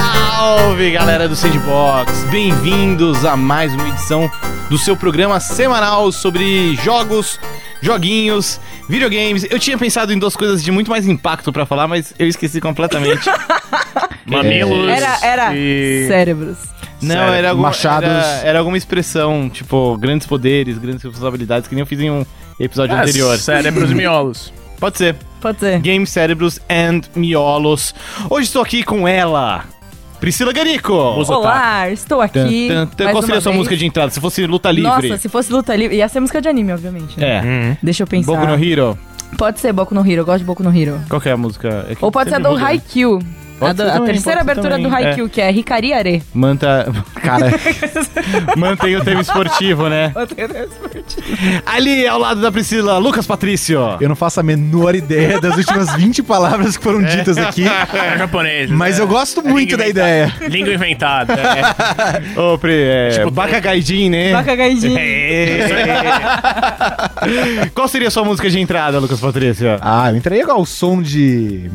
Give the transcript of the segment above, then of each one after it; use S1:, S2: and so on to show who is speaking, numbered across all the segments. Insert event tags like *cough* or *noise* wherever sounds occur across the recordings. S1: Salve galera do Sandbox! Bem-vindos a mais uma edição do seu programa semanal sobre jogos, joguinhos, videogames. Eu tinha pensado em duas coisas de muito mais impacto pra falar, mas eu esqueci
S2: *laughs*
S1: completamente.
S2: Mamilos.
S3: Era, era
S2: e-
S3: cérebros.
S1: Não,
S2: Sério,
S1: era, alguma,
S2: machados.
S1: era, era alguma expressão, tipo, grandes poderes, grandes responsabilidades, que nem eu fiz em um episódio
S2: Ah,
S1: anterior.
S2: Cérebros miolos.
S1: Pode ser.
S3: Pode ser.
S1: Games, cérebros and miolos. Hoje estou aqui com ela, Priscila Ganico.
S2: Música
S3: Olá, estou aqui.
S1: Tan, tan, tan.
S3: mais
S1: Qual seria
S3: uma
S1: a sua
S3: vez.
S1: música de entrada? Se fosse luta livre.
S3: Nossa, se fosse luta livre. Ia ser música de anime, obviamente. né?
S1: É.
S3: Deixa eu pensar.
S1: Boku no Hero.
S3: Pode ser Boku no Hero, eu gosto de Boku no Hero.
S1: Qual que é a música? É que
S3: Ou pode ser a
S1: sempre
S3: do
S1: muda.
S3: Haikyuu.
S1: Pode
S3: A, do-
S1: ser
S3: a
S1: também,
S3: terceira
S1: pode ser
S3: abertura do
S1: também,
S3: Haikyuu, que é Hikari Are.
S1: Manta. *laughs* Cara. Mantém o tema esportivo,
S3: *laughs*
S1: né? Ali ao lado da Priscila, Lucas Patrício.
S4: Eu não faço a menor ideia das últimas 20 palavras que foram
S2: *laughs*
S4: ditas aqui,
S2: É japonês.
S4: mas eu gosto muito da ideia.
S2: Língua inventada.
S1: Ô, Pri, é.
S2: Tipo,
S1: Baca Gaidin, né?
S3: Baka Gaijin.
S2: É
S4: É.
S1: Qual seria a sua música de entrada, Lucas Patrício?
S4: Ah, eu entrei igual o som de.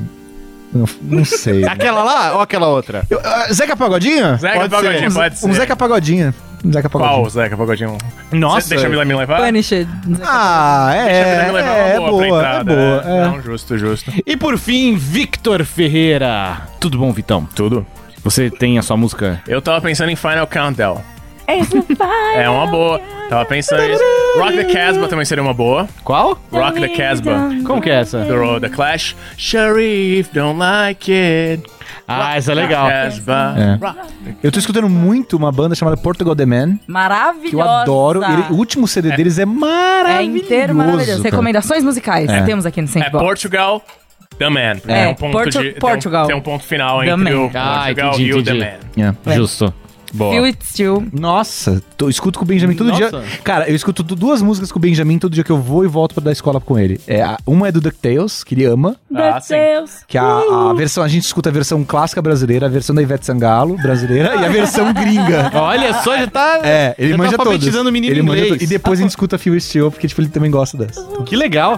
S4: Não,
S2: *laughs*
S4: não sei.
S1: Aquela lá ou aquela outra?
S4: Eu, ah, Zeca Pagodinha?
S2: Zeca
S1: Pode
S2: Pagodinho,
S1: ser.
S2: pode ser.
S4: Um Zeca Pagodinha. Um Zeca
S2: Qual
S4: Pagodinha.
S2: Zeca Pagodinho?
S1: Nossa.
S2: Cê- Deixa a Mila me levar?
S3: Punished.
S4: Ah, é.
S2: Deixa a Mila me levar. uma
S4: É, é
S2: pra
S4: boa, é
S2: entrada,
S4: boa.
S2: é.
S4: é.
S2: Não, justo, justo.
S1: E por fim, Victor Ferreira. Tudo bom, Vitão?
S2: Tudo.
S1: Você tem a sua música?
S2: Eu tava pensando em Final Countdown.
S3: Esse pai.
S2: É uma boa. Tava pensando nisso. Rock the Casbah também seria uma boa.
S1: Qual?
S2: Rock the Casbah.
S1: Como que é essa?
S3: Hum.
S2: The Road, The Clash. Sharif, don't like it.
S1: Ah, essa é legal.
S2: Casbah.
S4: É.
S2: Rock the
S4: Eu tô escutando muito uma banda chamada Portugal The Man,
S3: Maravilhosa.
S4: que eu adoro. Ele- o último CD deles é maravilhoso.
S3: É inteiro maravilhoso.
S4: cara.
S3: Recomendações musicais temos aqui no
S2: É
S3: Sandbox.
S2: Portugal, The Man.
S3: É,
S2: Tem um ponto
S3: Portu-
S2: de, tem um-
S3: Portugal.
S2: Tem um, ponto final
S3: The
S2: entre
S3: Man.
S2: o
S1: Ah,
S2: Portugal
S1: entendi,
S2: e o
S1: entendi.
S2: The Man.
S4: É.
S1: Justo. Boa.
S3: Feel It Still.
S4: Nossa, tô- eu escuto com o Benjamin todo
S1: Nossa.
S4: dia. Cara, eu escuto du- duas músicas com o Benjamin todo dia que eu vou e volto pra dar escola com ele. É, a- uma é do DuckTales, que ele ama,
S2: Ah, sim.
S4: que é a, a
S1: Uh!
S4: versão, a gente escuta a versão clássica brasileira, a versão da Ivete Sangalo brasileira e
S1: *laughs*
S4: a versão gringa.
S1: Olha só, já tá.
S4: É, ele
S1: já
S4: manja
S1: tá
S4: todas.
S1: alfabetizando o menino
S4: ele manja
S1: inglês.
S4: todas. E depois a gente escuta Fear Steel, porque tipo, ele também gosta dessa.
S1: Que legal.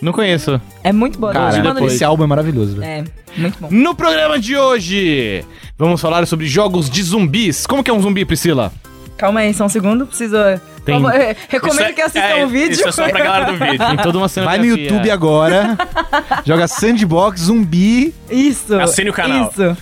S1: Não conheço.
S3: É muito boa.
S4: Cara,
S3: eu te mando
S1: depois.
S4: esse álbum é maravilhoso, velho.
S3: É, muito bom.
S1: No programa de hoje, vamos falar sobre jogos de zumbis. Como que é um zumbi, Priscila?
S3: Calma aí, só um segundo, preciso.
S1: Tem-
S3: Por favor, eh,
S2: Isso
S3: Recomendo
S2: é-
S3: que assistam
S2: é,
S3: o vídeo.
S2: Isso é só pra galera do vídeo.
S1: Tem toda uma cena.
S4: Vai no
S1: é.
S4: YouTube
S1: *laughs*
S4: é agora, joga Sandbox, zumbi.
S3: *laughs* Isso.
S2: Assine o canal.
S3: Isso.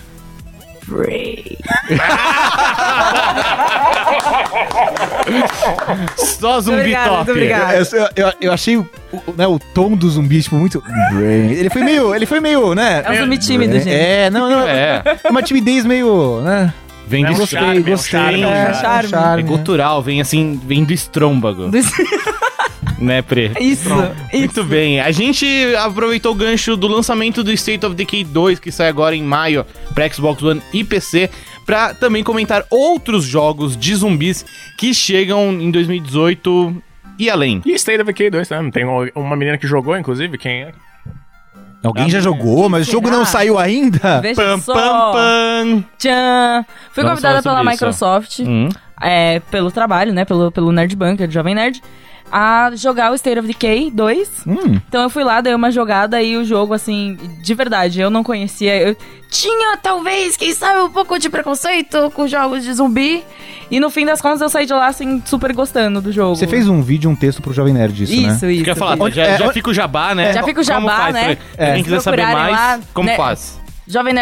S1: Só zumbi
S3: Obrigada,
S1: top.
S3: muito obrigada.
S4: Eu, eu- eu- eu achei o, o- né, o tom do zumbi, tipo, muito. Ele foi meio. Ele foi meio, né?
S3: É um zumbi tímido, gente. *laughs*
S4: É, não, não. É.
S1: É,
S4: uma timidez meio, né?
S1: vem
S2: É um
S1: do
S4: Gostei,
S2: charme, é um
S4: gostei.
S2: charme, é um
S4: É,
S3: charme.
S1: É cultural, vem assim, vem do estrômbago, né, Pri?
S3: Isso.
S1: Muito bem, a gente aproveitou o gancho do lançamento do State of Decay 2, que sai agora em maio para Xbox One e PC, para também comentar outros jogos de zumbis que chegam em 2018 e além.
S2: E State of Decay 2 também. né? Tem uma- uma menina que jogou, inclusive. Quem é?
S4: Alguém já jogou, mas o jogo
S3: Será?
S4: não saiu ainda.
S3: Veja
S1: Pam,
S3: só.
S1: pam, pam.
S3: Tchan. Fui
S1: Vamos falar
S3: convidada
S1: sobre
S3: pela
S1: isso.
S3: Microsoft,
S1: Hum.
S3: é, pelo trabalho, né? Pelo, pelo Nerd Bunker, do Jovem Nerd, a jogar o State of Decay 2.
S4: Hum,
S3: Então eu fui lá, dei uma jogada e o jogo, assim, de verdade, eu não conhecia. Eu tinha, talvez, quem sabe, um pouco de preconceito com jogos de zumbi. E no fim das contas eu saí de lá, assim, super gostando do jogo.
S4: você fez um vídeo, um texto pro Jovem Nerd disso, né?
S3: isso, isso.
S1: Quer falar,
S3: fiz.
S1: já,
S4: é,
S1: já
S4: onde-
S1: fica o jabá, né?
S3: Já fica
S1: Como
S3: o jabá,
S1: faz,
S3: né?
S1: Pri? Quem
S3: Se
S1: quiser saber
S3: procurarem
S1: mais,
S3: lá,
S1: como
S3: né?
S1: faz?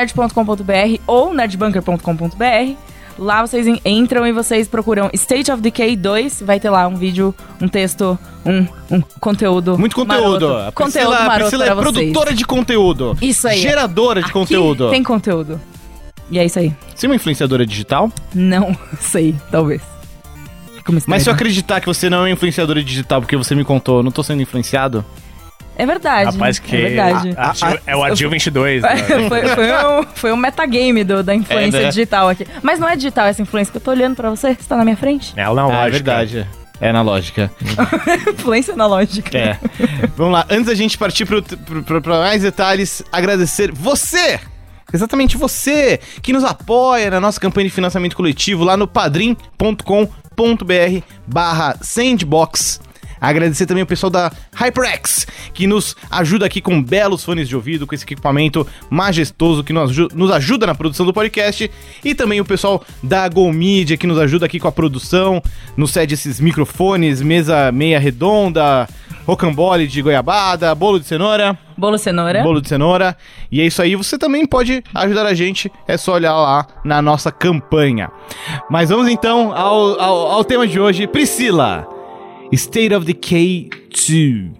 S3: jovemnerd.com.br ou nerdbunker.com.br. Lá vocês en- entram e vocês procuram State of Decay 2, vai ter lá um vídeo, um texto, um, um conteúdo.
S1: Muito conteúdo.
S3: maroto.
S1: A
S3: Conteúdo
S1: Priscila, a
S3: maroto
S1: Priscila
S3: pra
S1: é
S3: vocês.
S1: produtora de conteúdo.
S3: Isso aí.
S1: Geradora de
S3: Aqui
S1: conteúdo.
S3: Tem conteúdo. E é isso aí.
S1: Você é uma influenciadora digital?
S3: Não *laughs* sei, talvez. Fica um
S1: Mas se eu
S3: mistério.
S1: acreditar que você não é influenciadora digital porque você me contou, eu não tô sendo influenciado?
S3: É verdade.
S2: Rapaz, que.
S3: É verdade.
S2: a- a- é o Adil 22. né?
S3: *laughs* foi, foi um, foi um metagame do, da influência
S1: É, né?
S3: digital aqui. Mas não é digital essa influência que eu tô olhando pra você, você tá na minha frente. *laughs*
S2: Ela não
S1: Ah, é verdade. É na lógica.
S3: Influência analógica.
S1: É. *laughs* Vamos lá, antes da gente partir para mais detalhes, agradecer você! Exatamente você que nos apoia na nossa campanha de financiamento coletivo lá no padrim.com.br barra sandbox. Agradecer também o pessoal da HyperX, que nos ajuda aqui com belos fones de ouvido, com esse equipamento majestoso que nos aju- nos ajuda na produção do podcast. E também o pessoal da Go Media, que nos ajuda aqui com a produção, nos cede esses microfones, mesa meia redonda, rocambole de goiabada, bolo de cenoura.
S3: Bolo cenoura.
S1: Bolo de cenoura. E é isso aí. Você também pode ajudar a gente. É só olhar lá na nossa campanha. Mas vamos então ao, ao, ao tema de hoje. Priscila, State of Decay 2.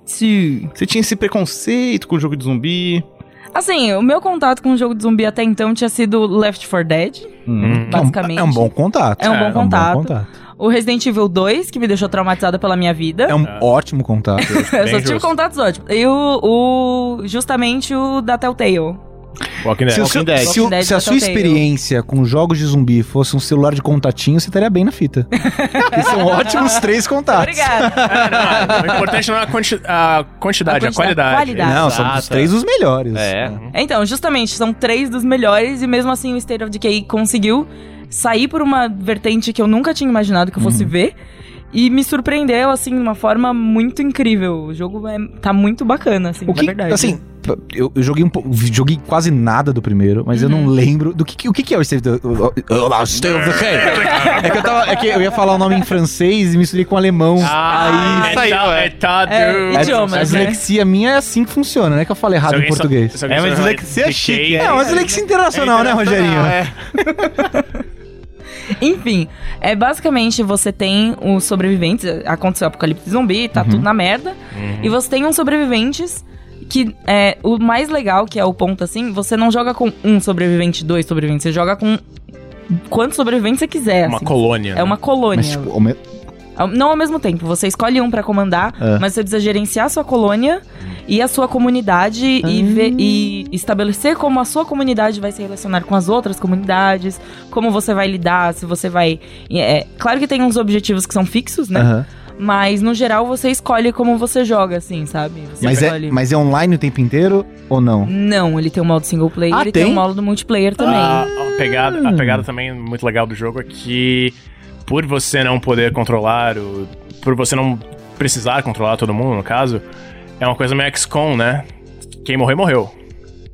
S3: Tsu.
S1: Você tinha esse preconceito com o jogo de zumbi.
S3: Assim, o meu contato com o jogo de zumbi até então tinha sido Left 4 Dead, basicamente.
S4: É um bom contato.
S3: É um bom contato.
S4: contato.
S3: O Resident Evil 2, que me deixou traumatizada pela minha vida.
S4: É um ótimo contato.
S2: *laughs*
S3: *laughs* Eu tipo só
S2: né? É um Bem
S3: tive
S2: justo.
S3: contatos ótimos. E o, o- Justamente o da Telltale.
S2: É, Walking
S3: *laughs*
S2: Dead.
S4: Se, o
S1: Walking
S4: seu-
S1: Dead.
S4: se o-
S3: Walking Dead
S4: se a
S3: da
S4: sua
S3: Telltale.
S4: experiência com jogos de zumbi fosse um celular de contatinho, você estaria bem na
S3: *laughs*
S4: fita. Porque são ótimos três contatos.
S3: Obrigada.
S2: O importante É, não é a, quanti- a quantidade, é
S3: A
S2: a,
S3: quantidade,
S2: qualidade.
S3: qualidade.
S4: Não, são os
S1: Exato.
S4: três os melhores.
S3: então, justamente, são três dos melhores e mesmo assim o State of Decay conseguiu sair por uma vertente que eu nunca tinha imaginado que eu
S4: Uhum.
S3: fosse ver. E me surpreendeu, assim, de uma forma muito incrível. O jogo é, tá muito bacana, assim, na
S4: O que,
S3: verdade.
S4: assim, p- eu, eu joguei um pouco, joguei quase nada do primeiro, mas eu não lembro do que, que- o que, que é o State of o- o- o State of Decay. É que eu tava, é que eu ia falar o nome em francês e misturei com alemão.
S2: Ah,
S1: Aí
S2: isso aí,
S1: saiu,
S2: é.
S1: é.
S2: tá,
S3: É,
S2: dude.
S4: A-
S3: idiomas,
S4: a
S3: né?
S4: dislexia minha é assim que funciona, não é que eu falo
S2: Se
S4: errado em
S2: alguém só-
S4: português.
S2: se alguém
S1: É,
S2: só
S1: mas
S2: jogar
S1: dislexia é
S2: decay,
S1: chique,
S4: É, mas dislexia internacional, né, Rogerinho?
S2: É
S3: Enfim, é basicamente você tem os sobreviventes, aconteceu o apocalipse zumbi,
S4: Uhum.
S3: tá tudo na merda. E você tem uns sobreviventes que é o mais legal, que é o ponto assim, você não joga com um sobrevivente, dois sobreviventes, você joga com quantos sobreviventes você quiser.
S2: Uma
S3: assim.
S2: colônia.
S3: É uma colônia.
S4: Mas, tipo, ao me-
S3: Ao- Não ao mesmo tempo, você escolhe um pra comandar,
S4: É.
S3: mas você precisa gerenciar a sua colônia e a sua comunidade e,
S4: Ah.
S3: ver- e estabelecer como a sua comunidade vai se relacionar com as outras comunidades, como você vai lidar, se você vai. é, claro que tem uns objetivos que são fixos, né?
S4: Aham.
S3: Mas no geral você escolhe como você joga, assim, sabe? Você
S4: mas,
S3: escolhe.
S4: é, mas é online o tempo inteiro ou não?
S3: Não, ele tem um modo single player,
S4: Ah,
S3: ele tem?
S4: tem? Ah.
S3: um modo multiplayer também.
S2: A, Ah, a pegada, a pegada também muito legal do jogo é que por você não poder controlar, o, por você não precisar controlar todo mundo, no caso, é uma coisa meio XCOM, né? Quem morrer, morreu.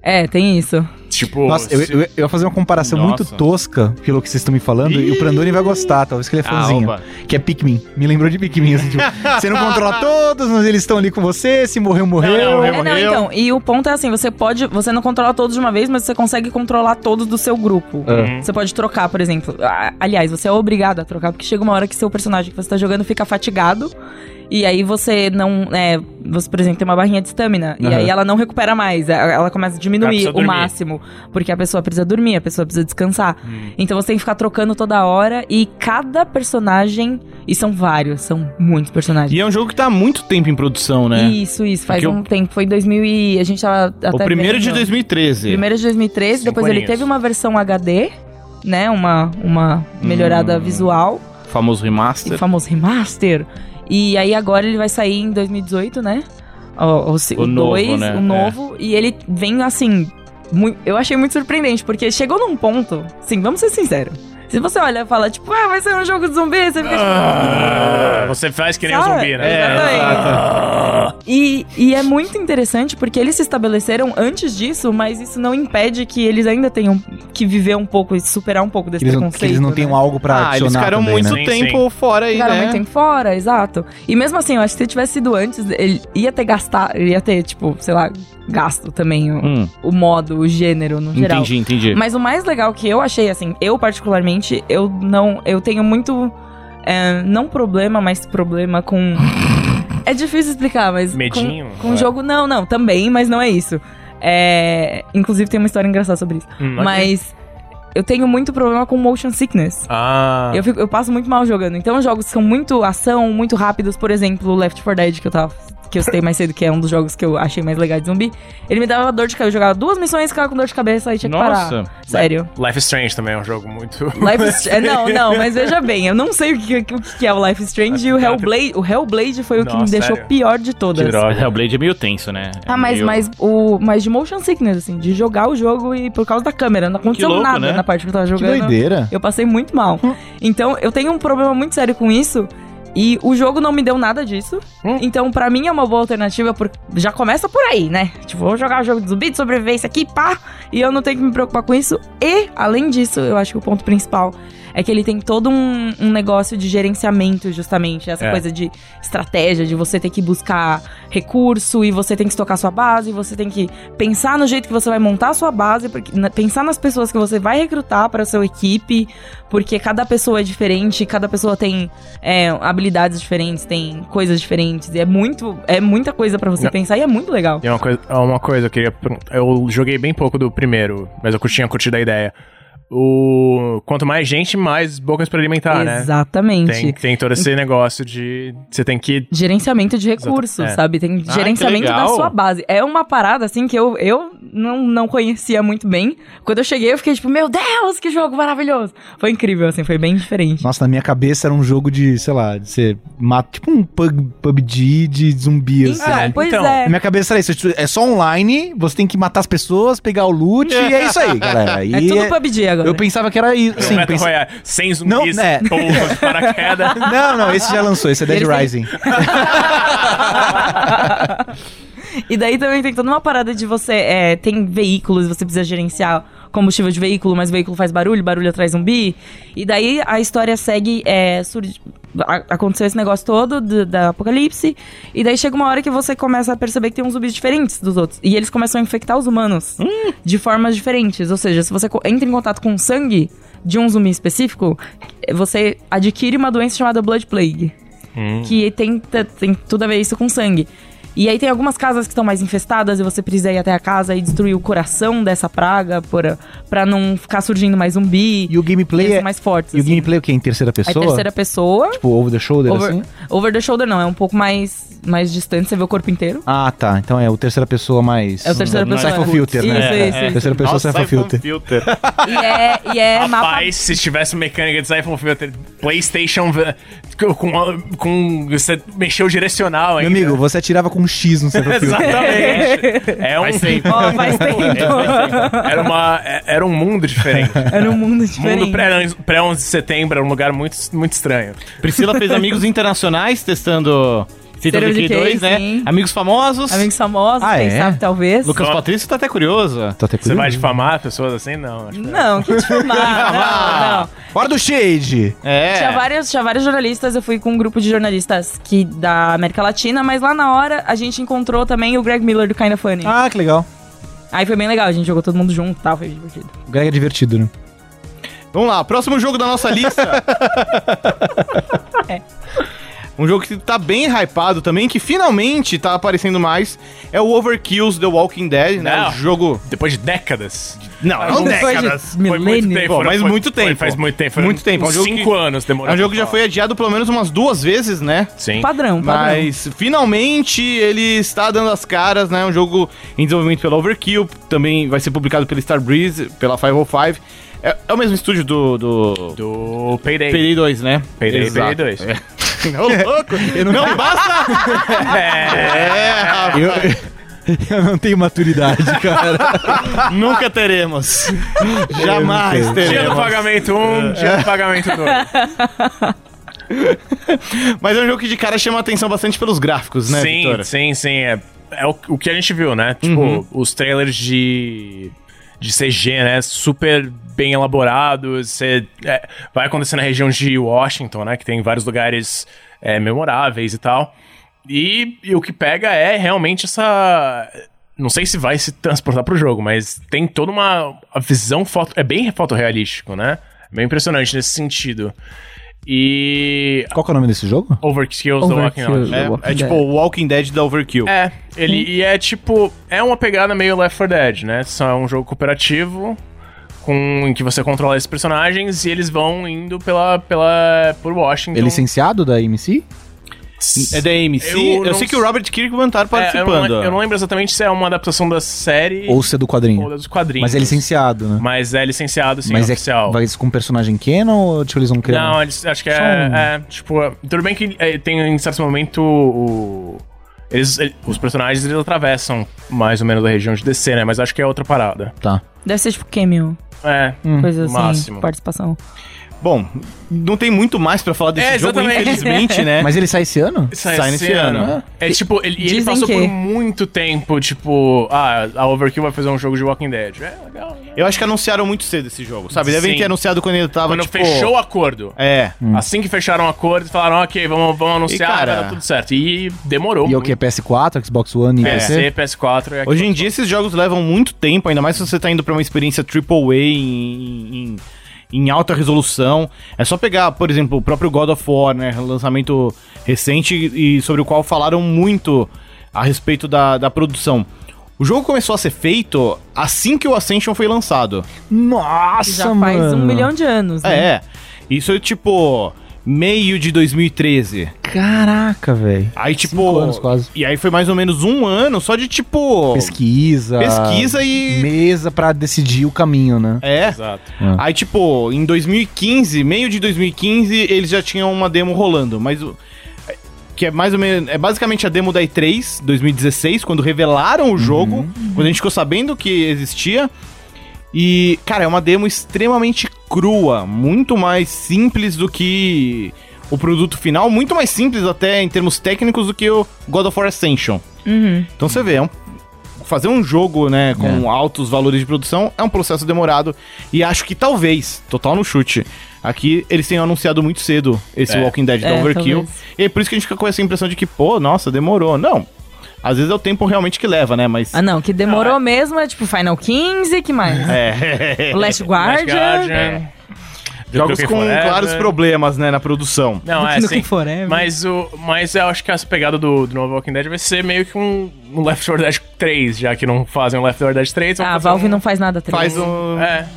S3: É, tem isso.
S2: Tipo,
S4: Nossa, eu,
S2: se-
S4: eu, eu ia fazer uma comparação
S1: Nossa.
S4: muito tosca pelo que vocês estão me falando e o Prandoni vai gostar, talvez que ele é
S1: Ah,
S4: fãzinho. que é Pikmin. Me lembrou de Pikmin, assim, tipo, você não controla todos, mas eles estão ali com você, se morreu, morreu.
S2: Não, não, morreu,
S3: É, não, então, e o ponto é assim, você pode, você não controla todos de uma vez, mas você consegue controlar todos do seu grupo.
S2: Uhum.
S3: Você pode trocar, por exemplo. Ah, Aliás, você é obrigado a trocar, porque chega uma hora que seu personagem que você tá jogando fica fatigado. E aí você não. é, você, por exemplo, tem uma barrinha de estamina. E
S4: Aham.
S3: aí ela não recupera mais. a- Ela começa a diminuir
S2: Uhum. precisa
S3: o
S2: dormir.
S3: máximo. Porque a pessoa precisa dormir, a pessoa precisa descansar.
S2: Hum.
S3: Então você tem que ficar trocando toda hora. E cada personagem. E são vários, são muitos personagens.
S1: E é um jogo que tá há muito tempo em produção, né?
S3: Isso, isso, faz
S1: Porque
S3: um tempo. Foi em 2000 e a gente tava tá até
S1: o primeiro de
S3: vendo.
S1: 2013.
S3: Primeiro de 2013,
S2: Cinco
S3: depois ele
S2: aninhos.
S3: teve uma versão HD, né? Uma, uma melhorada
S1: Hum.
S3: visual,
S1: Famoso
S3: o
S1: remaster.
S3: famoso remaster. E aí agora ele vai sair em 2018, né? O 2,
S1: O
S3: o,
S1: novo,
S3: dois,
S1: né?
S3: o novo. E ele vem assim. mui- eu achei muito surpreendente, porque chegou num ponto. Sim, vamos ser sinceros. Se você olha e fala, tipo, ah, vai ser um jogo de zumbi, você fica.
S2: Ah, você faz que nem um
S3: Sabe?
S2: zumbi, né?
S3: É, exatamente.
S2: Ah.
S3: E, e é muito interessante porque eles se estabeleceram antes disso, mas isso não impede que eles ainda tenham que viver um pouco e superar um pouco desse
S4: Eles não,
S3: preconceito.
S4: que eles não
S3: né?
S4: têm um algo pra
S1: Ah, eles
S4: adicionar
S1: ficaram
S4: também,
S1: muito
S4: né?
S2: né?
S1: tempo fora aí,
S3: Ficaram
S1: né?
S3: muito tempo fora, exato. E mesmo assim, eu acho que se tivesse sido antes, ele ia ter gastar, ele ia ter, tipo, sei lá, gasto também o,
S1: Hum,
S3: o modo, o gênero, no geral.
S1: entendi, entendi.
S3: Mas o mais legal que eu achei, assim, eu particularmente, eu não. Eu tenho muito. é, não problema, mas problema com. *laughs* É difícil explicar, mas. com-
S2: Medinho?
S3: Com, o
S2: É.
S3: jogo, não, não, também, mas não é isso. É, inclusive tem uma história engraçada sobre isso.
S2: Hum, ok.
S3: Mas eu tenho muito problema com motion sickness.
S2: Ah,
S3: Eu, fico- eu passo muito mal jogando. Então, os jogos são muito ação, muito rápidos. Por exemplo, o Left 4 Dead, que eu tava. Que eu citei mais cedo, que é um dos jogos que eu achei mais legal de zumbi. Ele me dava dor de cabeça. Eu jogava duas missões, ficava com dor de cabeça e tinha que
S1: Nossa.
S3: parar.
S2: *laughs*
S3: Sério.
S2: Life is Strange também é um jogo muito.
S3: Life is Strange. Não, não, mas veja bem, eu não sei o que, o que é o Life is Strange e o Hellblade. O Hellblade foi o que me
S2: Nossa,
S3: deixou
S2: sério?
S3: pior de todas.
S1: É, o Blade é meio tenso, né? É
S3: Ah, mas,
S1: meio-
S3: mas, o, mas de motion sickness, assim, de jogar o jogo e por causa da câmera. Não aconteceu
S1: louco,
S3: nada
S1: né?
S3: na parte que eu tava
S4: Que
S3: jogando.
S4: doideira.
S3: Eu passei muito mal. Então, eu tenho um problema muito sério com isso. E o jogo não me deu nada disso. Então, pra mim é uma boa alternativa, porque já começa por aí, né? Tipo, vou jogar o jogo de zumbi de sobrevivência aqui, pá, e eu não tenho que me preocupar com isso. E, além disso, eu acho que o ponto principal é que ele tem todo um, um negócio de gerenciamento, justamente. Essa
S2: É.
S3: coisa de estratégia, de você ter que buscar recurso, e você tem que estocar sua base, e você tem que pensar no jeito que você vai montar a sua base, porque, na- pensar nas pessoas que você vai recrutar pra sua equipe, porque cada pessoa é diferente, cada pessoa tem é, habilidades diferentes, tem coisas diferentes. E é muito, é muita coisa pra você
S2: Não.
S3: pensar e é muito legal.
S2: E uma coisa, uma coisa eu queria perguntar. Eu joguei bem pouco do primeiro, mas eu cur- tinha curtido a ideia. O, quanto mais gente, mais bocas pra alimentar, né?
S3: Exatamente.
S2: Tem, tem todo esse negócio de. Você tem que.
S3: Gerenciamento de recursos,
S2: Exato, é.
S3: sabe? Tem
S1: Ah,
S3: gerenciamento
S1: que
S3: da
S1: legal.
S3: sua base. É uma parada, assim, que eu, eu não, não conhecia muito bem. Quando eu cheguei, eu fiquei tipo, meu Deus, que jogo maravilhoso! Foi incrível, assim, foi bem diferente.
S4: Nossa, na minha cabeça era um jogo de, sei lá, de você mata. Tipo um pug- PUBG de zumbi, assim.
S3: Então,
S2: né?
S3: pois
S2: Então,
S4: Na
S3: é.
S4: minha cabeça era isso. É só online, você tem que matar as pessoas, pegar o loot, e é isso aí, galera. E
S3: É tudo PUBG agora.
S4: eu pensava que era isso. Sim,
S2: um Battle
S4: pensei-
S2: Royale, sem
S4: Não,
S2: zumbis,
S4: né?
S2: poucos
S4: *laughs*
S2: paraquedas.
S4: Não, não, esse já lançou, esse é Dead
S3: Ele tem-
S4: Rising.
S3: E daí também tem toda uma parada de você. é, tem veículos, você precisa gerenciar combustível de veículo, mas o veículo faz barulho, barulho atrás zumbi. E daí a história segue. é, surge- a- aconteceu esse negócio todo do- da apocalipse. E daí chega uma hora que você começa a perceber que tem uns zumbis diferentes dos outros. E eles começam a infectar os humanos de formas diferentes. Ou seja, se você co- entra em contato com o sangue de um zumbi específico, você adquire uma doença chamada Blood Plague
S2: Hum.
S3: que tem, t- tem tudo a ver isso com sangue. E aí tem algumas casas que estão mais infestadas e você precisa ir até a casa e destruir o coração dessa praga por, pra não ficar surgindo mais zumbi.
S4: E o gameplay
S3: eles
S4: é.
S3: são mais fortes.
S4: E o
S3: assim.
S4: gameplay é o quê? Em terceira
S3: Aí
S4: pessoa?
S3: terceira pessoa.
S4: Tipo, over the shoulder,
S3: Over,
S4: assim?
S3: over the shoulder não, é um pouco mais, mais distante, você vê o corpo inteiro.
S4: Ah, tá. Então é o terceira pessoa mais.
S3: É o terceira
S4: mais
S3: pessoa.
S4: Cypher Filter,
S3: Isso,
S4: né?
S3: isso,
S4: É,
S3: isso.
S4: Terceira pessoa
S1: Nossa,
S4: Cypher
S1: Siphon
S4: Filter.
S1: filter.
S3: E é, e é mapa.
S2: um Rapaz, se tivesse mecânica de Siphon Filter, PlayStation v- com, com você mexeu o direcional
S4: Meu
S2: ainda. *laughs*
S4: amigo, você atirava com um X no Cypher Filter.
S2: Exatamente. É um, É,
S1: Faz tempo.
S3: Ó,
S2: *laughs*
S3: faz tempo.
S2: era, uma, era um mundo diferente.
S3: Era um mundo diferente.
S2: Mundo pré- pré-11 de setembro era um lugar muito, muito estranho.
S1: Priscila
S3: *laughs*
S1: fez amigos internacionais testando State of
S3: State of
S1: Decay 2,
S3: Decay,
S1: né?
S3: sim.
S1: Amigos famosos.
S3: Amigos famosos,
S4: Ah,
S3: quem
S4: é?
S3: sabe, talvez.
S1: Lucas Patrício tá até curioso.
S4: Tô até
S2: Você vai
S4: curioso.
S2: difamar pessoas assim? Não. acho que-
S3: Não, que difamar. não, não.
S4: Hora do Shade!
S1: É.
S3: Tinha vários, tinha vários jornalistas, eu fui com um grupo de jornalistas que da América Latina, mas lá na hora a gente encontrou também o Greg Miller do Kinda Funny.
S4: Ah, que legal.
S3: Aí foi bem legal, a gente jogou todo mundo junto e tal, foi divertido.
S4: O Greg é divertido, né? *laughs*
S1: Vamos lá, próximo jogo da nossa lista. Um jogo que tá bem hypado também, que finalmente tá aparecendo mais, é o Overkill's The Walking Dead, né?
S2: Não.
S1: O jogo.
S2: Depois de décadas.
S1: Não, é um
S2: Hum. Não,
S3: Depois
S1: década.
S3: de
S2: Foi muito
S3: milênio.
S2: tempo.
S1: Pô, mas
S2: foi-
S1: muito
S2: foi-
S1: tempo.
S2: faz muito tempo. foi
S1: Muito tempo, é um
S2: uns
S1: jogo
S2: cinco
S1: que-
S2: anos demorou.
S1: É um jogo que
S2: pra
S1: já
S2: falar.
S1: foi adiado pelo menos umas duas vezes, né?
S2: Sim.
S3: Padrão, padrão.
S1: Mas finalmente ele está dando as caras, né? Um jogo em desenvolvimento pela Overkill, também vai ser publicado pela Starbreeze, pela 505. É, é o mesmo estúdio do. do...
S2: Do Payday.
S1: Payday 2, né?
S2: Payday,
S1: Exato.
S2: Payday 2.
S1: É. Ô, *laughs* louco! não... basta! É, rapaz,
S4: Eu, eu não tenho maturidade, *laughs*
S1: *laughs*
S4: cara.
S1: nunca teremos. Jamais
S4: Eu não sei.
S2: Dia do
S1: teremos.
S2: pagamento 1, um,
S1: É.
S2: dia do pagamento 2.
S1: Mas é um jogo que de cara chama atenção bastante pelos gráficos, né,
S2: sim,
S1: Vitor?
S2: sim, sim. É, é o, o que a gente viu, né? Tipo, os trailers de, de CG, né? Super bem elaborados. Cê- é, vai acontecer na região de Washington, né? Que tem vários lugares é, memoráveis e tal. E, e o que pega é realmente essa. Não sei se vai se transportar pro jogo, mas tem toda uma a visão foto. É bem fotorrealístico, né? Bem impressionante nesse sentido. E.
S4: Qual que é o nome desse jogo?
S2: Overkill's The Walking Dead.
S3: Overkill.
S1: É,
S3: Walking
S1: é
S3: Dead.
S1: tipo o Walking Dead da Overkill.
S2: É, ele e é tipo, é uma pegada meio Left 4 Dead, né? Só É um jogo cooperativo com em que você controla esses personagens e eles vão indo pela pela por Washington.
S4: É licenciado da MC?
S1: É da AMC. Eu,
S2: Eu não
S1: sei que o Robert Kirkman tá
S2: É, eu, não,
S1: participando.
S2: eu não lembro exatamente se é uma adaptação da série
S4: Ou se é do quadrinho?
S2: ou dos quadrinhos.
S4: Mas é licenciado, né?
S2: Mas é licenciado sim,
S4: Mas é
S2: oficial.
S4: vai ser com personagem canon ou tipo, eles vão criar?
S2: Não, eles, acho que é,
S4: Só um.
S2: é, Tipo, é, tudo bem que é, tem em certo momento o. Eles, ele- os personagens eles atravessam mais ou menos a região de DC, né? Mas acho que é outra parada.
S4: Tá.
S3: Deve ser tipo cameo,
S2: É.
S4: Uhum.
S3: coisa assim,
S2: máximo.
S3: participação.
S1: Bom, não tem muito mais pra falar desse
S2: É,
S1: jogo,
S2: exatamente.
S1: infelizmente,
S2: *laughs* é-
S1: né?
S4: Mas ele sai esse ano?
S2: Sai,
S1: Sai
S2: nesse
S1: nesse
S2: ano.
S1: ano.
S2: É tipo, ele, e ele
S3: Dizem
S2: passou
S3: que-
S2: por muito tempo, tipo, ah, a Overkill vai fazer um jogo de Walking Dead. É legal. né?
S1: Eu acho que anunciaram muito cedo esse jogo, sabe? Devem
S2: Sim.
S1: ter anunciado quando ele tava,
S2: Quando
S1: tipo...
S2: fechou o acordo.
S1: É.
S2: Assim que fecharam o acordo, falaram, ok, vamos, vamos anunciar,
S1: E, cara,
S2: vai dar tudo certo. E demorou.
S4: E é o
S2: muito.
S4: que? PS4, Xbox One e PC?
S2: PC, PS4
S4: É
S2: e
S1: Hoje em dia esses jogos levam muito tempo, ainda mais se você tá indo pra uma experiência AAA em, em, em alta resolução. É só pegar, por exemplo, o próprio God of War, né? Lançamento recente e sobre o qual falaram muito a respeito da, da produção. O jogo começou a ser feito assim que o Ascension foi lançado.
S4: Nossa,
S3: Já faz um milhão de anos, né?
S1: É, isso é tipo meio de 2013.
S4: Caraca, velho.
S1: Aí tipo,
S4: Cinco anos quase.
S1: e aí foi mais ou menos um ano só de tipo
S4: Pesquisa.
S1: pesquisa e
S4: Mesa pra decidir o caminho, né?
S1: é.
S2: Exato.
S1: Aí, tipo, em 2015, meio de 2015, eles já tinham uma demo rolando, mas o. é- Que é mais ou menos. É basicamente a demo da E3 2016, quando revelaram o jogo, quando a gente ficou sabendo que existia. E, cara, é uma demo extremamente crua, muito mais simples do que o produto final, muito mais simples até em termos técnicos do que o God of War Ascension.
S3: Uhum.
S1: Então você vê, é um- fazer um jogo, né, com altos valores de produção é um processo demorado e acho que talvez, total no chute, aqui eles tenham anunciado muito cedo esse
S2: É.
S1: Walking Dead da
S3: É,
S1: Overkill.
S3: talvez.
S1: E é por isso que a gente fica com essa impressão de que, pô, nossa, demorou. Não. Às vezes é o tempo realmente que leva, né, mas
S3: Ah, não, que demorou mesmo, é tipo Final 15, que mais?
S1: é. *laughs*
S3: O
S2: Last
S3: Last Guardian. É.
S2: Guardian. The
S1: Jogos
S2: Cookie
S1: com
S2: Forever.
S1: claros problemas, né, na produção.
S2: Não, é
S4: No
S2: assim.
S4: que for, é,
S2: Mas, o, mas eu acho que essa pegada do, do novo Walking Dead vai ser meio que um, um Left 4 Dead 3, já que não fazem o Left 4 Dead 3. vão
S3: Ah, a
S2: fazer
S3: Valve
S2: um-
S3: não faz nada três.
S1: Faz um.
S2: É,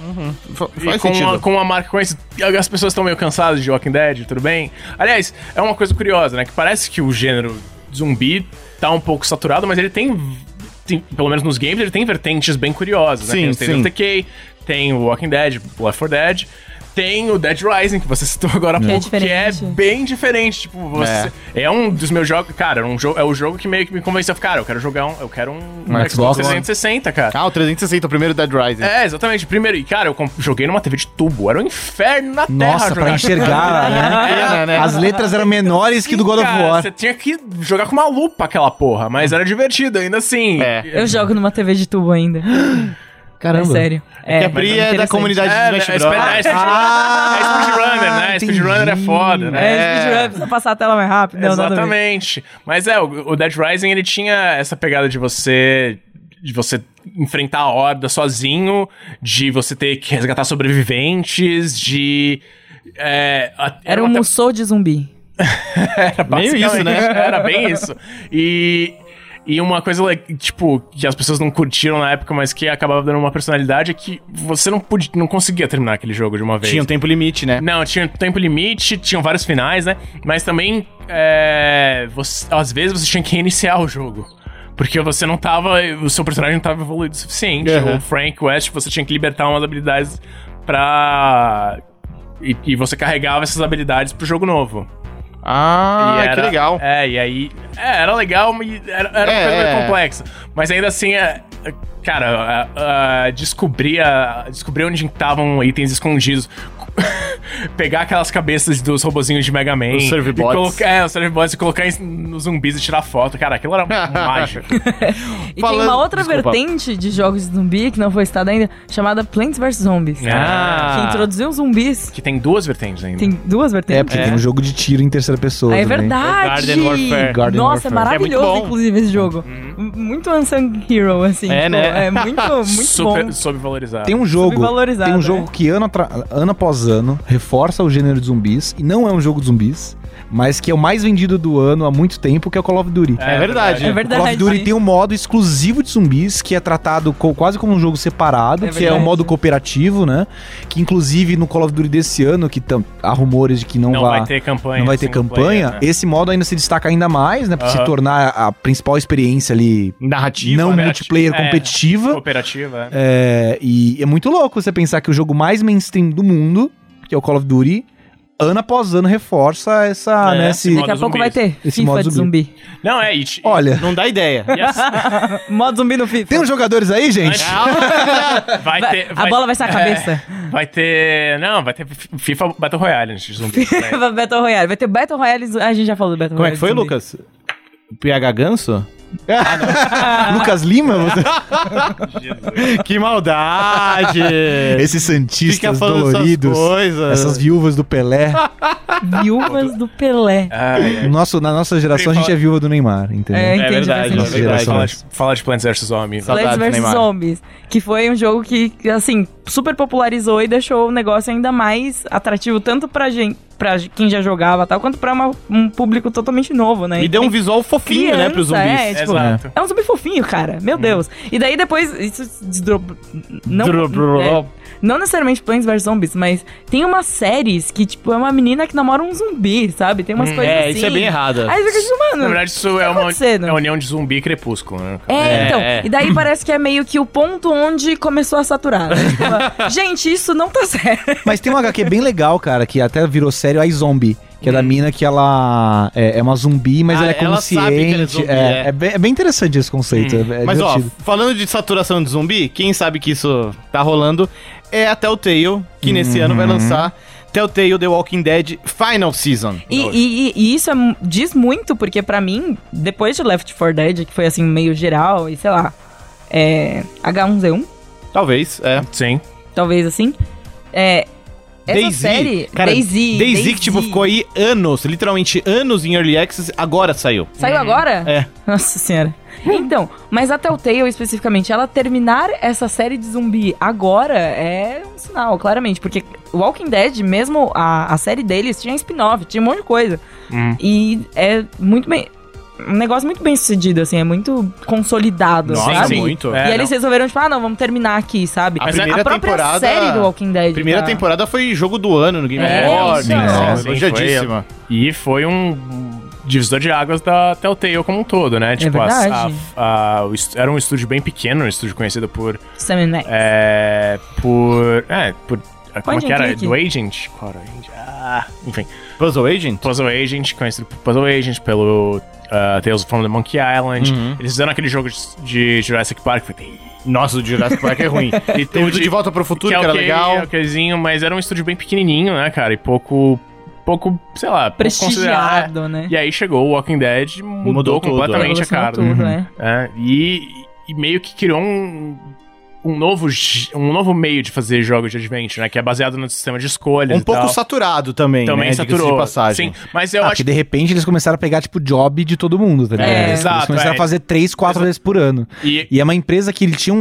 S1: fa-
S2: e
S1: Faz
S2: com,
S1: sentido.
S2: uma, com uma marca com esse. As pessoas estão meio cansadas de Walking Dead, tudo bem? Aliás, é uma coisa curiosa, né? Que parece que o gênero zumbi tá um pouco saturado, mas ele tem. tem- pelo menos nos games, ele tem vertentes bem curiosas, né?
S1: Sim,
S2: Tem o State
S1: sim.
S2: of Decay, tem o Walking Dead, Left 4 Dead. Tem o Dead Rising, que você *laughs* citou agora há
S3: é
S2: pouco, que é
S3: diferente.
S2: bem diferente. Tipo, você. É, um dos meus jogos. Cara, é um jogo, é o jogo que meio que me convenceu. Cara, eu quero jogar um. Eu quero um, um
S4: Um
S2: Xbox
S4: Xbox One.
S2: 360, cara.
S1: Ah, o 360, o primeiro Dead Rising.
S2: É, exatamente. Primeiro, e cara, eu comp- joguei numa TV de tubo. Era um inferno na
S4: Nossa,
S2: Terra
S4: pra
S2: jogar.
S4: enxergar,
S1: Pena, né?
S4: né? As letras eram menores que do God of
S2: Cara,
S4: War.
S2: Você tinha que jogar com uma lupa aquela porra, mas era divertido, ainda assim.
S1: É.
S3: Eu jogo numa TV de tubo ainda. É
S4: Caramba.
S3: sério. É,
S1: que a Pri é da
S3: interessante.
S1: comunidade
S2: É,
S1: de
S2: é,
S1: Smash Bros.
S2: speed- é speed-
S4: Ah,
S2: é speedrunner, né?
S4: entendi.
S2: Speedrunner é foda, né?
S3: É, speedrun, precisa passar a tela mais rápido. Não, nada a ver.
S2: Exatamente. Mas é, o, o Dead Rising ele tinha essa pegada de você de você enfrentar a horda sozinho, de você ter que resgatar sobreviventes, de é, a-
S3: Era um
S2: até-
S3: Musou de zumbi.
S2: Era
S1: Meio isso, né?
S2: basicamente, *laughs* Era bem isso. E, e uma coisa, like, tipo, que as pessoas não curtiram na época, mas que acabava dando uma personalidade, é que você não, podia, não conseguia terminar aquele jogo de uma vez.
S1: Tinha um tempo limite, né?
S2: Não, tinha tempo limite, tinham vários finais, né? Mas também, é, você- às vezes você tinha que reiniciar o jogo. Porque você não tava. O seu personagem não tava evoluído o suficiente.
S1: Uhum.
S2: O Frank West, você tinha que libertar umas habilidades pra. E, e você carregava essas habilidades pro jogo novo.
S1: Ah,
S2: E
S1: que
S2: era-
S1: legal.
S2: É, e aí. É, era legal, mas era, era uma
S1: É,
S2: coisa meio
S1: é.
S2: complexa. Mas ainda assim, é, é, cara, é, é, descobrir, a- descobrir onde estavam itens escondidos. *laughs* Pegar aquelas cabeças dos robozinhos de Mega Man.
S1: Os
S2: e
S1: Servibots.
S2: colocar, é, os Servibots e colocar em- nos zumbis e tirar foto. Cara,
S1: *laughs*
S2: aquilo era mágico.
S3: E
S1: Falando-
S3: tem uma outra
S1: Desculpa.
S3: vertente de jogos de zumbi que não foi citada ainda, chamada Plants vs Zombies.
S2: Ah.
S3: Que introduziu zumbis.
S2: Que tem duas vertentes ainda.
S3: Tem duas
S4: É,
S3: vertentes.
S4: porque tem um jogo de tiro em terceira pessoa.
S3: Ah, é
S4: também.
S3: verdade!
S1: Garden Warfare.
S4: Garden
S3: Nossa,
S1: É
S3: é
S4: Warfare.
S3: maravilhoso,
S1: muito bom. Uhum.
S3: inclusive, esse jogo. M- Muito Unsung Hero, assim.
S1: É,
S3: tipo,
S1: né?
S3: É
S1: *laughs*
S3: muito, muito
S2: Super
S3: bom.
S2: sobrevalorizado.
S4: Tem um jogo,
S3: Subvalorizado,
S4: tem um
S3: né?
S4: jogo que ano, atra- ano após ano reforça o gênero de zumbis, e não é um jogo de zumbis, mas que é o mais vendido do ano há muito tempo, que é o Call of Duty.
S1: É verdade.
S3: É
S4: O Call of
S3: verdade.
S4: Duty tem um modo exclusivo de zumbis que é tratado co- quase como um jogo separado,
S3: É
S4: que é o
S3: verdade.
S4: modo cooperativo, né? Que inclusive no Call of Duty desse ano, que tam- há rumores de que
S3: um
S4: não,
S2: Não
S4: vá-
S2: vai ter campanha.
S4: não vai ter
S2: single
S4: campanha,
S2: player, né?
S4: esse modo ainda se destaca ainda mais, né? Pra
S2: Aham.
S4: se tornar a principal experiência ali
S1: Narrativa,
S4: não
S1: né?
S4: multiplayer
S2: É.
S4: competitiva.
S2: Cooperativa. é.
S4: É, e é muito louco você pensar que o jogo mais mainstream do mundo, que é o Call of Duty, ano após ano, reforça essa,
S2: É,
S4: né,
S2: esse
S4: esse...
S2: modo-
S3: Daqui a
S2: Modo
S3: pouco
S2: zumbi.
S3: vai ter
S4: Esse
S3: FIFA
S4: modo
S3: de
S4: zumbi.
S3: zumbi. *laughs*
S2: Não, é. It,
S4: Olha,
S1: Não dá ideia.
S2: Yes.
S3: modo zumbi no FIFA.
S4: tem uns jogadores aí, gente?
S2: *laughs* Vai
S3: Vai-
S2: ter,
S3: a bola vai ser a cabeça.
S2: É, vai ter. Não, vai ter FIFA Battle Royale antes de
S3: *laughs*
S2: zumbi. né?
S3: Battle Royale. Vai ter Battle Royale. zu- A gente já falou do
S1: É.
S3: Battle
S1: Como é
S3: Royale.
S1: que foi,
S3: zumbi.
S1: Lucas? PH Ganso?
S2: Ah,
S4: *laughs* Lucas Lima? Você...
S1: Que *laughs* maldade! É.
S4: Esses
S1: Fica
S4: santistas
S1: falando
S4: doloridos,
S1: essas coisas. É
S4: essas viúvas
S1: *laughs*
S4: do Pelé.
S3: Viúvas do Pelé.
S1: É.
S2: Ai, ai.
S4: No nosso, na nossa geração, a gente é viúva do Neymar, entendeu?
S3: É, entendi.
S2: É verdade, é
S3: faz sentido.
S2: verdade.
S4: Gerações.
S2: Falar de, falar de Plants vs. Zombies.
S1: Saudades,
S3: Plants vs
S1: Neymar.
S3: Zombies, que foi um jogo que, que, assim, super popularizou e deixou o negócio ainda mais atrativo, tanto pra gente, pra quem já jogava e tal, quanto pra uma- um público totalmente novo, né?
S1: E deu um visual fofinho, né, pros
S3: Criança,
S1: zumbis.
S3: é, tipo,
S2: Exato.
S3: É um zumbi fofinho, cara.
S1: Hum.
S3: Meu Deus. E daí depois. Isso se drob- não, é, não necessariamente Plants vs Zombies, mas tem umas séries que, tipo, é uma menina que namora um zumbi, sabe? Tem umas coisas
S1: É,
S3: assim.
S1: isso é bem errado.
S3: Aí fica tipo, mano.
S2: Na verdade, isso é uma,
S3: acontecendo?
S2: é uma união de zumbi e crepúsculo, né?
S3: É,
S1: É,
S3: então.
S1: é.
S3: E daí parece que é meio que o ponto onde começou a saturar. né?
S1: *laughs*
S3: Tipo, gente, isso não tá certo.
S4: Mas tem uma HQ bem legal, cara, que até virou sério a Zombie. Que é da mina que ela é, é uma zumbi, mas
S1: Hum. Ah,
S4: ela é
S1: ela
S4: consciente.
S1: sabe que ela é zumbi,
S4: é,
S1: é.
S4: é bem, é bem interessante esse conceito. é- é
S1: Mas ó,
S4: divertido.
S1: falando de saturação de zumbi, quem sabe que isso tá rolando é a Telltale, que nesse ano vai lançar Telltale The Walking Dead Final Season.
S3: E, e- e- e isso é mu- diz muito, porque pra mim, depois de Left 4 Dead, que foi assim, meio geral, e sei lá, é, H1Z1,
S1: Talvez, é.
S2: Sim.
S3: talvez assim. É, essa
S1: DayZ,
S3: série.
S1: cara,
S3: Daisy.
S1: Daisy que tipo ficou aí anos, literalmente anos em Early Access, agora saiu.
S3: Saiu agora?
S1: É.
S3: Nossa senhora. Então, mas a Telltale especificamente, ela terminar essa série de zumbi agora é um sinal, claramente. Porque Walking Dead, mesmo a, a série deles, tinha spin-off, tinha um monte de coisa.
S1: Uhum.
S2: Hum.
S3: E é muito bem. Um negócio muito bem sucedido, assim, é muito consolidado,
S1: Nossa,
S3: sabe?
S1: muito.
S3: E
S2: É,
S3: eles
S2: não.
S3: resolveram, tipo, ah, não, vamos terminar aqui, sabe?
S1: A
S2: Mas é-
S1: primeira
S3: a própria
S1: temporada.
S3: série do Walking Dead.
S1: Primeira
S3: tá?
S1: temporada foi jogo do ano no Game
S3: É,
S1: Awards.
S3: sim,
S1: né?
S2: sim,
S1: Elogiadíssima.
S2: E foi um divisor de águas da Telltale como um todo, né? as-
S3: É verdade.
S2: a- a- o est- era um estúdio bem pequeno, um estúdio conhecido por
S3: Sam and Max.
S2: É. Por. É, por. Como é
S3: Point
S2: que
S3: and
S2: era?
S3: click.
S2: Do Agent? Qual era o Agent? Ah, enfim.
S1: Puzzle Agent?
S2: Puzzle Agent, conhecido por Puzzle Agent, pelo ah, Tales from the Monkey Island.
S1: Uhum.
S2: Eles fizeram aquele jogo de- de Jurassic Park. foi terrível.
S1: Nossa, o de Jurassic Park é *laughs* ruim.
S2: E
S1: Teve o
S2: de-
S1: de Volta pro Futuro, que,
S2: é
S1: era
S2: ok,
S1: legal.
S2: é okzinho, mas era um estúdio bem pequenininho, né, cara? E pouco. Pouco, sei lá, pouco considerado.
S3: Prestigiado, né?
S2: E aí chegou o Walking Dead, mudou,
S1: Mudou tudo,
S2: completamente a
S3: Revolucionou
S2: cara.
S3: tudo,
S1: Uhum.
S3: né?
S2: É, e, e meio que criou um, um, novo, gi- um novo meio de fazer jogos de adventure, né? Que é baseado no sistema de escolhas
S1: Um
S2: e
S1: pouco
S2: tal.
S1: saturado também, né?
S2: Também
S1: diga-se
S2: saturou.
S1: de passagem.
S2: Sim, mas eu
S4: Ah,
S2: acho
S4: que de repente eles começaram a pegar, tipo, job de todo mundo, tá ligado?
S3: É,
S4: eles
S2: exato,
S4: começaram
S2: é.
S4: a fazer três, quatro vezes por ano.
S2: que...
S4: E é uma empresa que ele tinha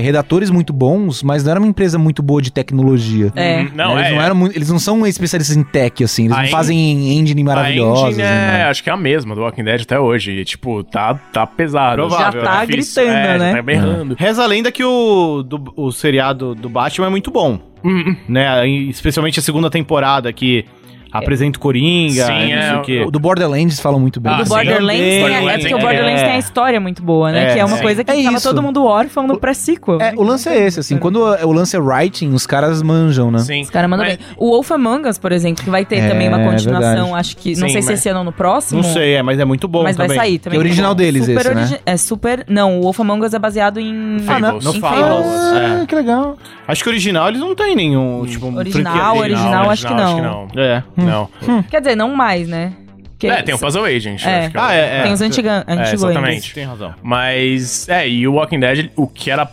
S4: redatores muito bons, mas não era uma empresa muito boa de tecnologia.
S1: Uhum.
S3: É.
S2: Não,
S4: Né, eles,
S2: é,
S4: não eram muito- eles não são especialistas em tech, assim. Eles
S2: A
S4: não
S2: en-
S4: fazem engine
S2: a
S4: maravilhosas.
S2: engine
S4: né?
S2: é, acho que é a mesma do Walking Dead até hoje. E, tipo, tá, tá pesado.
S1: Provável,
S3: Já tá
S2: né?
S3: gritando,
S2: é,
S3: né?
S2: Já tá berrando.
S1: Reza a lenda que o, do- o seriado do Batman é muito bom,
S2: Hum,
S1: né? E Especialmente a segunda temporada, que apresenta o Coringa,
S2: Sim,
S1: não sei
S2: é,
S1: o quê.
S4: O do Borderlands falam muito bem.
S2: Ah,
S3: do
S2: sim.
S3: Borderlands,
S1: Também.
S3: tem a- é porque o Borderlands
S1: É.
S3: tem a história muito boa, né?
S1: É,
S3: que é uma
S2: sim.
S3: coisa que
S4: É
S3: tava
S4: isso.
S3: todo mundo órfão no pré-sequel.
S4: É,
S3: né?
S4: o lance é esse, assim, quando é- o lance é writing, os caras manjam, né?
S2: Sim.
S3: Os caras mandam
S2: Mas-
S3: bem. O Wolf Among Us, por exemplo, que vai ter
S4: É,
S3: também uma continuação,
S4: verdade.
S3: acho que. Não
S2: Sim,
S3: sei se
S2: mas-
S3: esse ano ou no próximo.
S1: Não sei, é, mas é muito bom
S3: Mas
S1: também.
S3: vai sair também. Tipo,
S4: Que é original deles
S3: super
S4: esse, né?
S3: É super. Não, o Wolf Among Us é baseado em.
S2: Ah, não,
S3: em
S1: no
S3: Fables.
S1: Fables.
S4: Ah,
S1: É.
S4: que legal.
S1: Acho que original eles não tem nenhum, tipo... um
S3: Hum. Ah, Original,
S1: franquia né?
S3: original, acho que não. Hum.
S1: É.
S2: Não.
S3: Quer dizer, não mais, né? Porque
S2: É, tem o Puzzle Agent.
S3: É.
S2: acho que
S1: Ah, é, é.
S3: Tem os antiga, antigos.
S2: exatamente.
S1: Tem razão.
S2: Mas, é, e o Walking Dead, o que era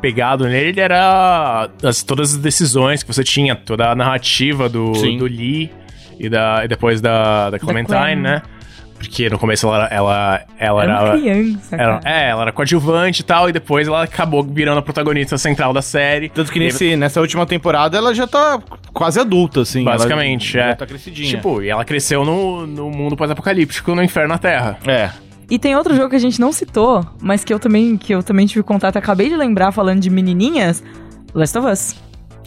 S2: pegado nele era as, todas as decisões que você tinha, toda a narrativa do,
S1: Sim.
S2: do Lee e, da, e depois da, da Clementine,
S3: Clem.
S2: né? Porque no começo ela, era- ela, ela
S3: Era
S2: era.
S3: É uma criança.
S2: era-
S3: cara.
S2: é, ela era coadjuvante e tal, e depois ela acabou virando a protagonista central da série.
S1: Tanto que nesse, nessa última temporada ela já tá quase adulta, assim. ela
S2: Basicamente,
S1: já
S2: é.
S1: tá crescidinha.
S2: Tipo, e ela cresceu no, no mundo pós-apocalíptico, no inferno na Terra.
S1: É.
S3: E tem outro jogo que a gente não citou, mas que eu também, que eu também tive contato, acabei de lembrar falando de menininhas. Last of Us.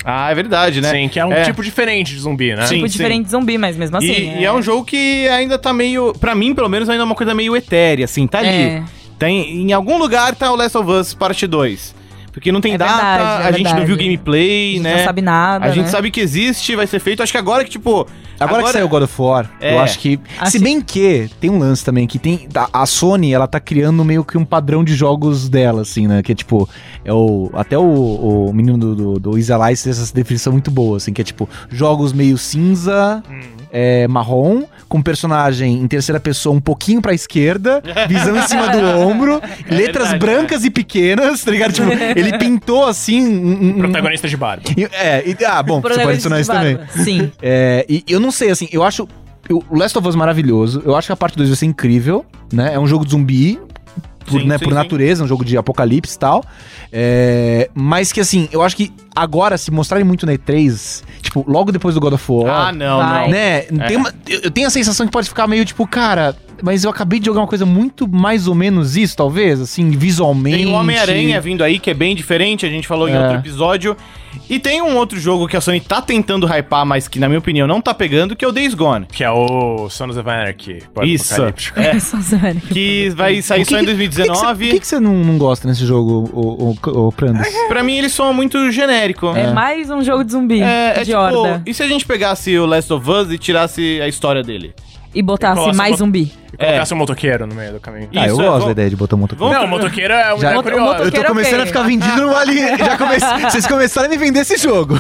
S1: Ah, é verdade, né?
S2: Sim, que é um
S1: É.
S2: tipo diferente de zumbi, né?
S1: Sim.
S3: tipo, diferente de zumbi, mas mesmo assim.
S1: e, e é um jogo que ainda tá meio. Pra mim, pelo menos, ainda é uma coisa meio etérea, assim, tá ali.
S3: É.
S1: Tem, em algum lugar tá o Last of Us Parte 2. Porque não tem
S3: É
S1: data,
S3: verdade, é
S1: a gente não
S3: verdade.
S1: viu gameplay,
S3: A gente
S1: né?
S3: não sabe nada.
S1: A gente
S3: né?
S1: sabe que existe, vai ser feito. Acho que agora que, tipo.
S4: Agora, que saiu God of War,
S1: É.
S4: eu acho que.
S3: Assim-
S4: Se bem que tem um lance também, que tem. A a Sony, ela tá criando meio que um padrão de jogos dela, assim, né? Que é tipo. É o, até o, o menino do, do, do Is Alive tem essa definição muito boa, assim, que é tipo, jogos meio cinza, é, marrom, com personagem em terceira pessoa um pouquinho pra esquerda, visão em cima do ombro, letras
S2: verdade,
S4: brancas e pequenas, tá ligado? Tipo, ele pintou assim.
S2: *laughs*
S4: um- um- um-
S2: Protagonista de barba.
S4: e- é, e- ah, bom, você pode
S3: Protagonista
S4: adicionar
S3: de
S4: isso também.
S3: barba. Sim.
S4: É, e eu não sei, assim, eu acho eu- o Last of Us maravilhoso. Eu acho que a parte 2 vai ser incrível, né? É um jogo de zumbi. Por,
S1: Sim,
S4: né,
S1: sim,
S4: por
S1: sim.
S4: natureza, é um jogo de apocalipse e tal. É, mas que assim, eu acho que agora, se mostrarem muito na E3, tipo, logo depois do God of
S1: Ah,
S4: War,
S1: não,
S3: Vai.
S1: não. É.
S4: né? tem uma- eu eu tenho a sensação que pode ficar meio tipo, cara, mas eu acabei de jogar uma coisa muito mais ou menos isso, talvez, assim, visualmente.
S1: Tem o Homem-Aranha vindo aí, que é bem diferente, a gente falou em
S4: É.
S1: outro episódio. E tem um outro jogo que a Sony tá tentando hypar, mas que, na minha opinião, não tá pegando, que é o Days Gone.
S2: Que é o Sons of Anarchy.
S1: Isso.
S2: apocalíptico.
S3: *laughs* É. Só sério. *laughs*
S1: Que vai sair
S4: O que
S1: só é em
S4: que- O
S1: 2019.
S4: que que você não, não gosta nesse jogo, o, o, o Prandas?
S1: Pra mim, ele soa muito genérico.
S3: É. mais um jogo de zumbi.
S1: É, é
S3: de
S1: tipo,
S3: horda.
S1: e se a gente pegasse o Last of Us e tirasse a história dele?
S3: E botasse
S2: Nossa,
S3: mais
S2: bot-
S3: zumbi.
S2: E colocasse um motoqueiro no meio do caminho. Tá.
S1: Ah,
S4: Ah, eu
S1: Isso, é,
S4: gosto
S1: vamos-
S4: da ideia de botar um motoqueiro.
S1: vamos-
S2: Não, o motoqueiro é uma
S4: Já-
S2: ideia
S3: Moto-
S2: curiosa.
S3: moto-
S4: Eu tô
S3: Quero
S4: começando
S3: quem?
S4: a ficar vendido no Ali. Já comece... Vocês começaram a me vender esse jogo.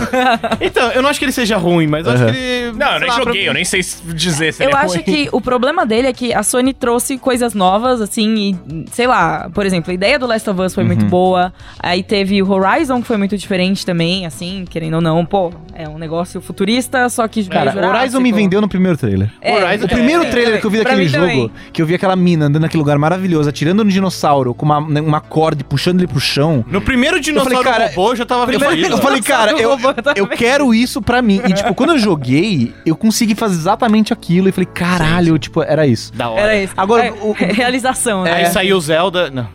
S1: Então, eu não acho que ele seja ruim, mas eu acho
S4: Aham.
S1: que ele.
S2: Não, eu
S1: sei
S2: nem
S1: lá,
S2: joguei,
S1: pra-
S2: eu nem sei se dizer se ele
S3: Eu
S2: é
S3: acho
S2: ruim.
S3: que o problema dele é que a Sony trouxe coisas novas, assim, e, sei lá, por exemplo, a ideia do Last of Us foi
S4: Uhum.
S3: muito boa. Aí teve o Horizon, que foi muito diferente também, assim, querendo ou não, pô, é um negócio futurista, só que. meio
S4: Cara,
S3: Jurássico.
S4: Horizon me vendeu no primeiro trailer.
S3: É,
S1: Horizon-
S4: O primeiro
S3: é,
S4: trailer
S3: também.
S4: que eu vi
S3: Pra
S4: daquele
S3: mim
S4: jogo,
S3: também.
S4: que eu vi aquela mina andando naquele lugar maravilhoso, atirando no dinossauro com uma, né, uma corda e puxando ele pro chão.
S1: No primeiro dinossauro
S4: falei, cara,
S1: robô, eu já tava vendo
S4: Primeiro,
S1: isso.
S4: eu falei, cara,
S3: Nossa,
S4: eu,
S3: do robô também.
S4: eu quero isso pra mim. E, tipo, quando eu joguei, eu consegui fazer exatamente aquilo. E falei, caralho, tipo, era isso.
S1: Da hora.
S3: Era isso.
S4: Agora,
S3: É,
S4: o- É. o-
S3: realização, né?
S1: Aí saiu o Zelda. Não.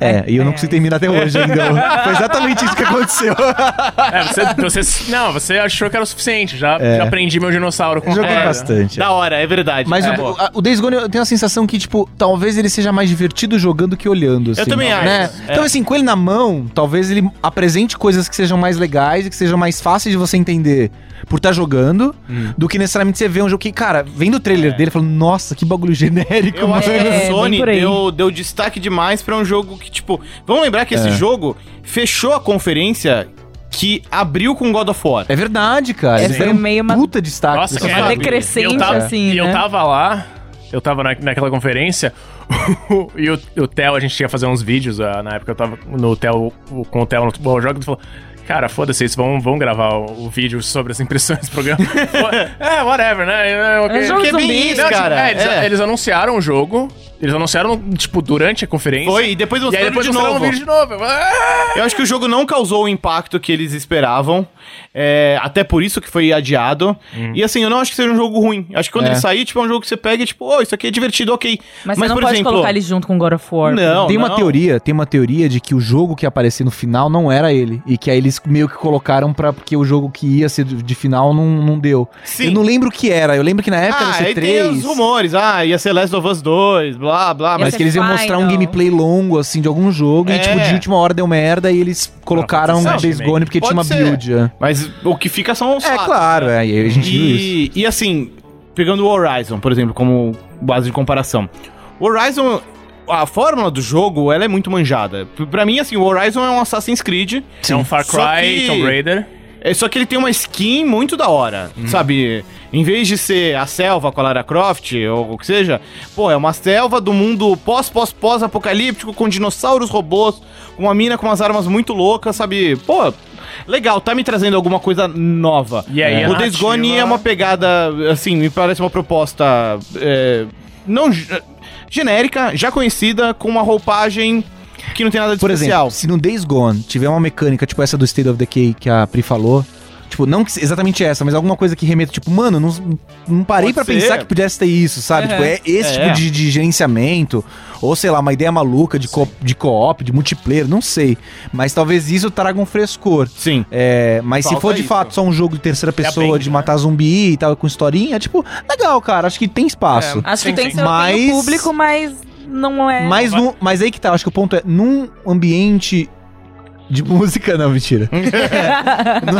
S4: É, e eu não consegui terminar até hoje ainda. Foi exatamente isso que aconteceu.
S2: É, você, você- não, você achou que era o suficiente. Já, já aprendi meu dinossauro com
S4: Eu joguei
S2: corda.
S4: bastante.
S1: Da hora, é verdade.
S4: Mas
S1: é.
S4: o, a- o Days Gone, eu tenho a sensação que, tipo, talvez ele seja mais divertido jogando que olhando, assim.
S1: também
S4: né?
S1: acho, é.
S4: Então, assim, com ele na mão, talvez ele apresente coisas que sejam mais legais e que sejam mais fáceis de você entender por estar jogando,
S1: Hum.
S4: do que necessariamente você vê um jogo que, cara, vendo o trailer dele, falando, nossa, que bagulho genérico,
S1: Eu acho que
S4: mano."
S1: a
S3: É,
S1: Sony
S3: bem por aí.
S1: deu, deu destaque demais pra um jogo que, tipo. Vamos lembrar que esse
S4: É.
S1: jogo fechou a conferência que abriu com God of War.
S4: É verdade, cara.
S3: É,
S4: Eles
S3: foi
S4: deram
S3: meio uma-
S4: puta destaque.
S2: Nossa,
S4: pra essa
S2: cara.
S3: Uma
S1: sabe?
S3: decrescente,
S2: eu tava,
S3: é assim,
S2: e eu
S3: né?
S2: tava lá, eu tava na, naquela conferência, *laughs* e o, o Theo, a gente ia fazer uns vídeos, ah, na época eu tava no Theo, o- com o Theo no Futebol Jogo, ele falou, cara, foda-se, eles vão, vão gravar o, o vídeo sobre as impressões
S1: *laughs*
S2: do programa. Fo- é, whatever, né? É, ok.
S3: É jogo
S1: Porque é
S3: zumbi.
S1: bem isso,
S2: Não, tipo,
S1: cara.
S2: é, eles,
S1: É.
S2: eles anunciaram o jogo, eles anunciaram, tipo, durante a conferência.
S1: Foi, e depois
S2: E aí
S1: mostraram
S2: depois um
S1: de
S2: mostraram
S1: novo.
S2: o vídeo de novo. Eu, "Ah!"
S1: Eu acho que o jogo não causou o impacto que eles esperavam. é, até por isso que foi adiado. E assim, eu não acho que seja um jogo ruim. Acho que quando
S4: Uhum. É.
S1: ele sair, tipo, é um jogo que você pega e, tipo, oh, isso aqui é divertido, ok.
S3: Mas, você não pode colocar ele junto com God of War.
S1: Não,
S4: tem uma
S1: não.
S4: teoria, tem uma teoria de que o jogo que ia aparecer no final não era ele. E que aí eles meio que colocaram pra. porque o jogo que ia ser de de final não, não deu.
S1: Sim.
S4: Eu não lembro o que era. Eu lembro que na época
S1: Ah,
S4: era
S1: aí tem os
S4: C3.
S1: rumores. Ah, ia ser Last of Us 2, blá, blá. Mas então.
S3: Ia
S4: Mas
S3: ser
S4: que eles iam
S3: Final.
S4: mostrar um gameplay longo, assim, de algum jogo,
S1: É.
S4: e tipo, de última hora deu merda, e eles colocaram o
S2: pode ser
S4: Days
S2: remake.
S4: Gone porque
S1: Pode
S4: tinha uma
S1: ser.
S4: build. É,
S1: Mas o que fica são os
S4: é
S1: fatos.
S4: claro, é, e aí a gente viu isso.
S1: E, e assim, pegando o Horizon, por exemplo, como base de comparação. O Horizon, a fórmula do jogo, ela é muito manjada. P- Pra mim, assim, o Horizon é um Assassin's Creed.
S2: É um Far
S1: Só
S2: Cry,
S1: que-
S2: Tomb Raider.
S1: É só que ele tem uma skin muito da hora,
S2: Hum.
S1: sabe? Em vez de ser a selva com a Lara Croft ou o que seja, pô, é uma selva do mundo pós-pós-pós-apocalíptico com dinossauros, robôs, com uma mina com umas armas muito loucas, sabe? Pô, legal, tá me trazendo alguma coisa nova.
S2: E aí, a
S1: o Days
S2: narrativa-
S1: Gone é uma pegada, assim, me parece uma proposta é, não ge- genérica, já conhecida, com uma roupagem que não tem nada de
S4: Por
S1: especial.
S4: exemplo, se no Days Gone tiver uma mecânica tipo essa do State of Decay que a Pri falou, tipo, não que se- exatamente essa, mas alguma coisa que remeta, tipo, mano, não, não parei
S1: Pode
S4: pra
S1: ser.
S4: pensar que pudesse ter isso, sabe?
S3: Uhum.
S4: Tipo, é esse
S1: É.
S4: tipo de, de gerenciamento, ou sei lá, uma ideia maluca de co- de co-op, de multiplayer, não sei. Mas talvez isso traga um frescor.
S1: Sim.
S4: É, mas
S1: Falta
S4: se for de
S1: isso.
S4: fato só um jogo de terceira pessoa,
S2: Depende,
S4: de
S2: né?
S4: matar zumbi e tal, com historinha, tipo, legal, cara, acho que tem espaço.
S3: Acho
S2: Sim,
S3: que tem
S2: sim.
S3: seu tem
S4: Mas-
S3: o público, mas não é.
S4: Mas,
S3: *laughs*
S2: Vai-
S4: num- mas aí que tá, acho que o ponto é, num ambiente De *laughs* música, não, mentira.
S3: É.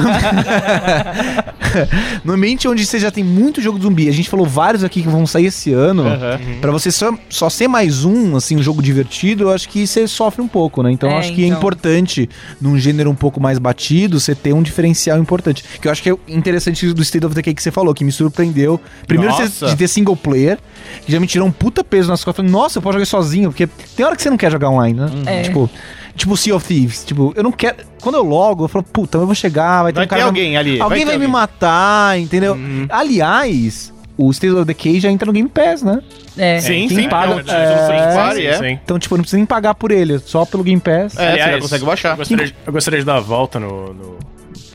S4: No- no ambiente onde você já tem muito jogo de zumbi, a gente falou vários aqui que vão sair esse ano.
S1: Aham.
S4: Pra você só, só ser mais um, assim, um jogo divertido, eu acho que você sofre um pouco, né? Então eu
S3: É,
S4: acho que é
S3: então.
S4: importante, num gênero um pouco mais batido, você ter um diferencial importante. Que eu acho que é interessante do State of the Cake que você falou, que me surpreendeu. Primeiro você-
S1: Nossa.
S4: de ter single player, que já me tirou um puta peso nas costas. Eu falei, Nossa, eu posso jogar sozinho, porque tem hora que você não quer jogar online, né?
S3: É.
S4: Tipo, tipo Sea of Thieves. Tipo, eu não quero. Quando eu logo, eu falo, puta, eu vou chegar, vai ter
S1: Vai
S4: um cara.
S1: ter
S4: que
S1: alguém ali.
S4: Alguém
S1: ter
S4: vai, me matar, entendeu?
S1: Hum.
S4: Aliás, o State of the Decay já entra no Game Pass, né?
S3: É.
S1: Sim,
S4: Quem
S1: sim,
S4: paga-
S1: é, um free party, é.
S2: sim.
S4: Então, tipo, não precisa nem pagar por ele, só pelo Game Pass.
S1: É, você já consegue baixar.
S2: Eu gostaria, de- eu gostaria de dar a volta no, no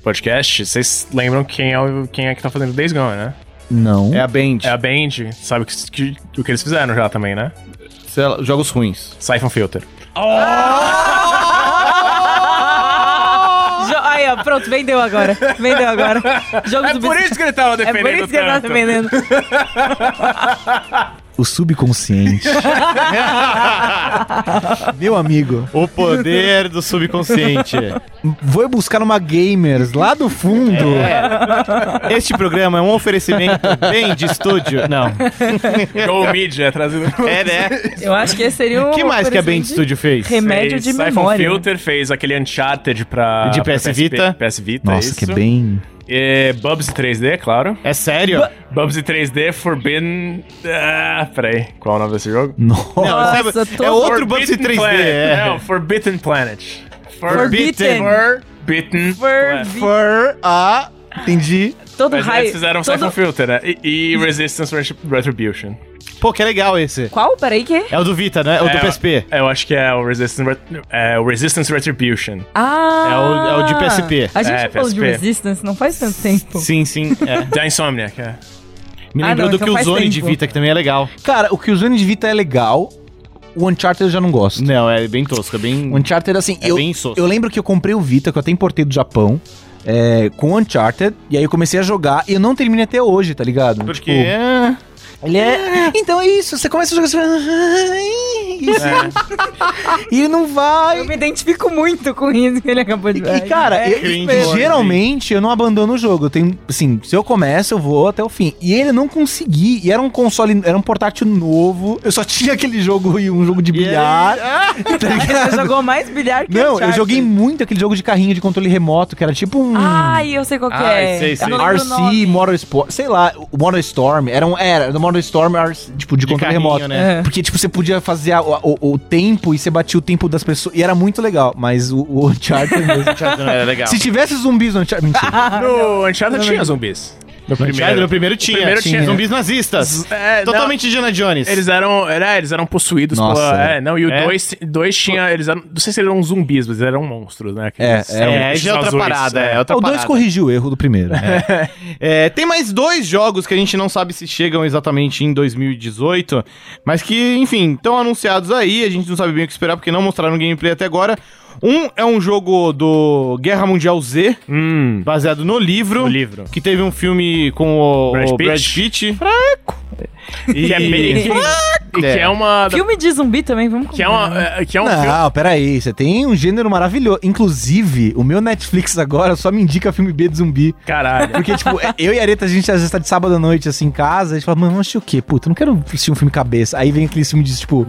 S2: podcast. Vocês lembram quem é, o- quem é que tá fazendo Days Gone, né?
S4: Não.
S1: É a Band.
S2: É a Band, sabe o que, que- o que eles fizeram já também, né?
S1: Sei lá, jogos ruins.
S2: Siphon Filter.
S3: Jo- Aí, ó, pronto, vendeu agora. Vendeu agora. Jogo
S2: É
S3: do
S2: por
S3: bis-
S2: isso que ele tava
S3: É
S2: defendendo
S3: por isso que ele tá
S2: tanto.
S3: vendendo.
S1: *laughs*
S4: O subconsciente. Meu amigo,
S1: O poder do subconsciente.
S4: vou buscar uma gamers lá do fundo.
S1: É, Este programa *laughs* é um oferecimento bem de estúdio. Não.
S2: Go Media, trazido...
S3: *laughs*
S1: É, né? *laughs*
S3: Eu acho que esse seria um.
S1: O que mais que é a Band
S3: oferecimento de-
S1: Studio fez?
S3: Remédio
S2: Fez
S3: de
S2: Siphon
S3: memória. né?
S2: Filter fez aquele Uncharted pra...
S1: De
S2: pra
S1: PS Vita.
S2: PS Vita,
S4: Nossa,
S2: isso.
S4: que é bem.
S2: E Bubsy 3D, claro.
S1: É sério?
S2: Bubsy 3D Forbidden... Ah, peraí, qual é o nome desse jogo?
S4: Nossa.
S1: Não,
S3: Nossa,
S1: sabe,
S3: tô-
S1: é outro Bubsy
S2: Forbidden
S1: 3D.
S2: Planet.
S1: É.
S2: Não, Forbidden Planet. Forbidden.
S3: Forbidden.
S2: Planet.
S3: Forbidden.
S1: For a... Entendi.
S3: Todo
S2: Mas eles
S3: um raio.
S2: fizeram
S3: todo-
S2: Siphon Filter, né? E, e Resistance Retribution.
S1: Pô, que legal esse.
S3: Qual? Peraí, que?
S1: É o do Vita, né? É o do
S2: É,
S1: PSP.
S2: Eu, eu acho que é o Resistance, Ret- é, o Resistance Retribution.
S3: Ah!
S1: É o- é o de PSP.
S3: A gente
S2: É,
S3: falou de
S2: PSP.
S3: Resistance não faz tanto tempo.
S1: Sim, sim. é.
S2: Da Insomniac, é.
S1: Me
S3: Ah,
S1: lembrou
S3: não,
S1: do
S3: então
S1: que o
S3: faz
S1: Zone de
S3: tempo.
S1: Vita, que também é legal.
S4: Cara, o que o Zone de Vita é legal, o Uncharted eu já não gosto.
S1: Não, é bem tosco, é bem...
S4: O Uncharted, assim,
S1: É
S4: eu,
S1: bem insosso.
S4: eu lembro que eu comprei o Vita, que eu até importei do Japão, é, com o Uncharted, e aí eu comecei a jogar, e eu não terminei até hoje, tá ligado?
S1: Porque...
S4: Tipo, Ele é. Então é isso, você começa a jogar. Você... fala, "Ai, isso". E ele não
S3: Eu
S4: vai.
S3: me identifico muito com isso que ele acabou de
S4: E, e, cara,
S3: É,
S4: eu-
S1: cringe,
S4: eu-
S1: mano.
S4: geralmente eu não abandono o jogo. Eu tenho, assim, se eu começo, eu vou até o fim. E ele não consegui. E era um console, era um portátil novo. Eu só *laughs* tinha aquele jogo e um jogo de bilhar. tá
S3: Você
S4: ligado?
S3: jogou mais bilhar que
S4: Não, eu
S3: Uncharted.
S4: joguei muito aquele jogo de carrinho de controle remoto, que era tipo um.
S3: Ai, eu sei qual que
S1: Ai,
S3: é.
S1: sei, sei.
S3: Eu não lembro o
S4: RC,
S3: nome.
S4: Motor Sport, sei lá, o Motor Storm, era, um, era do Motor Storm, RC, tipo, de,
S1: De
S4: controle
S1: carrinho,
S4: remoto.
S1: né?
S3: É.
S4: Porque, tipo, você podia fazer a- o, o tempo e você batia o tempo das pessoas, e era muito legal, mas o, o Uncharted mesmo.
S1: Não, é
S2: *laughs*
S1: legal.
S4: Se tivesse zumbis no Uncharted, mentira.
S3: Ah,
S2: no Uncharted tipo, tinha zumbis. *laughs* No
S1: Primeiro, no primeiro tinha.
S2: primeiro tinha.
S1: Zumbis nazistas.
S2: É, não,
S1: Totalmente Indiana Jones.
S2: Eles eram, era, eles eram possuídos
S4: Nossa,
S2: pela...
S4: é.
S2: É, não, e o
S1: É.
S2: 2 tinha... Eles eram, não sei se eles eram zumbis, mas eles eram monstros, né? Aqueles-
S4: É, é.
S2: eram
S1: É, já é outra
S2: azuis,
S1: parada.
S2: é.
S1: É, outra
S4: o 2
S1: parada.
S4: corrigiu o erro do primeiro.
S1: É, tem mais dois jogos que a gente não sabe se chegam exatamente em 2018, mas que, enfim, estão anunciados aí, a gente não sabe bem o que esperar porque não mostraram gameplay até agora. Um é um jogo do Guerra Mundial Z,
S2: Hum,
S1: baseado no livro.
S2: No livro.
S1: Que teve um filme com o o Brad
S2: Brad
S1: Pitt.
S2: Pitt.
S1: Fraco.
S2: que
S1: *laughs*
S2: é bem... que- e que é uma...
S3: Filme de zumbi também, vamos
S2: Que é,
S3: combinar.
S2: uma, é, que é um filme...
S4: Não, peraí, você tem um gênero maravilhoso. Inclusive, o meu Netflix agora só me indica filme B de zumbi.
S2: Caralho.
S4: Porque, tipo, eu e a Areta, a gente às vezes tá de sábado à noite, assim, em casa, a gente fala, mano, vamos assistir o quê? Puta, eu não quero assistir um filme cabeça. Aí vem aquele filme de, tipo,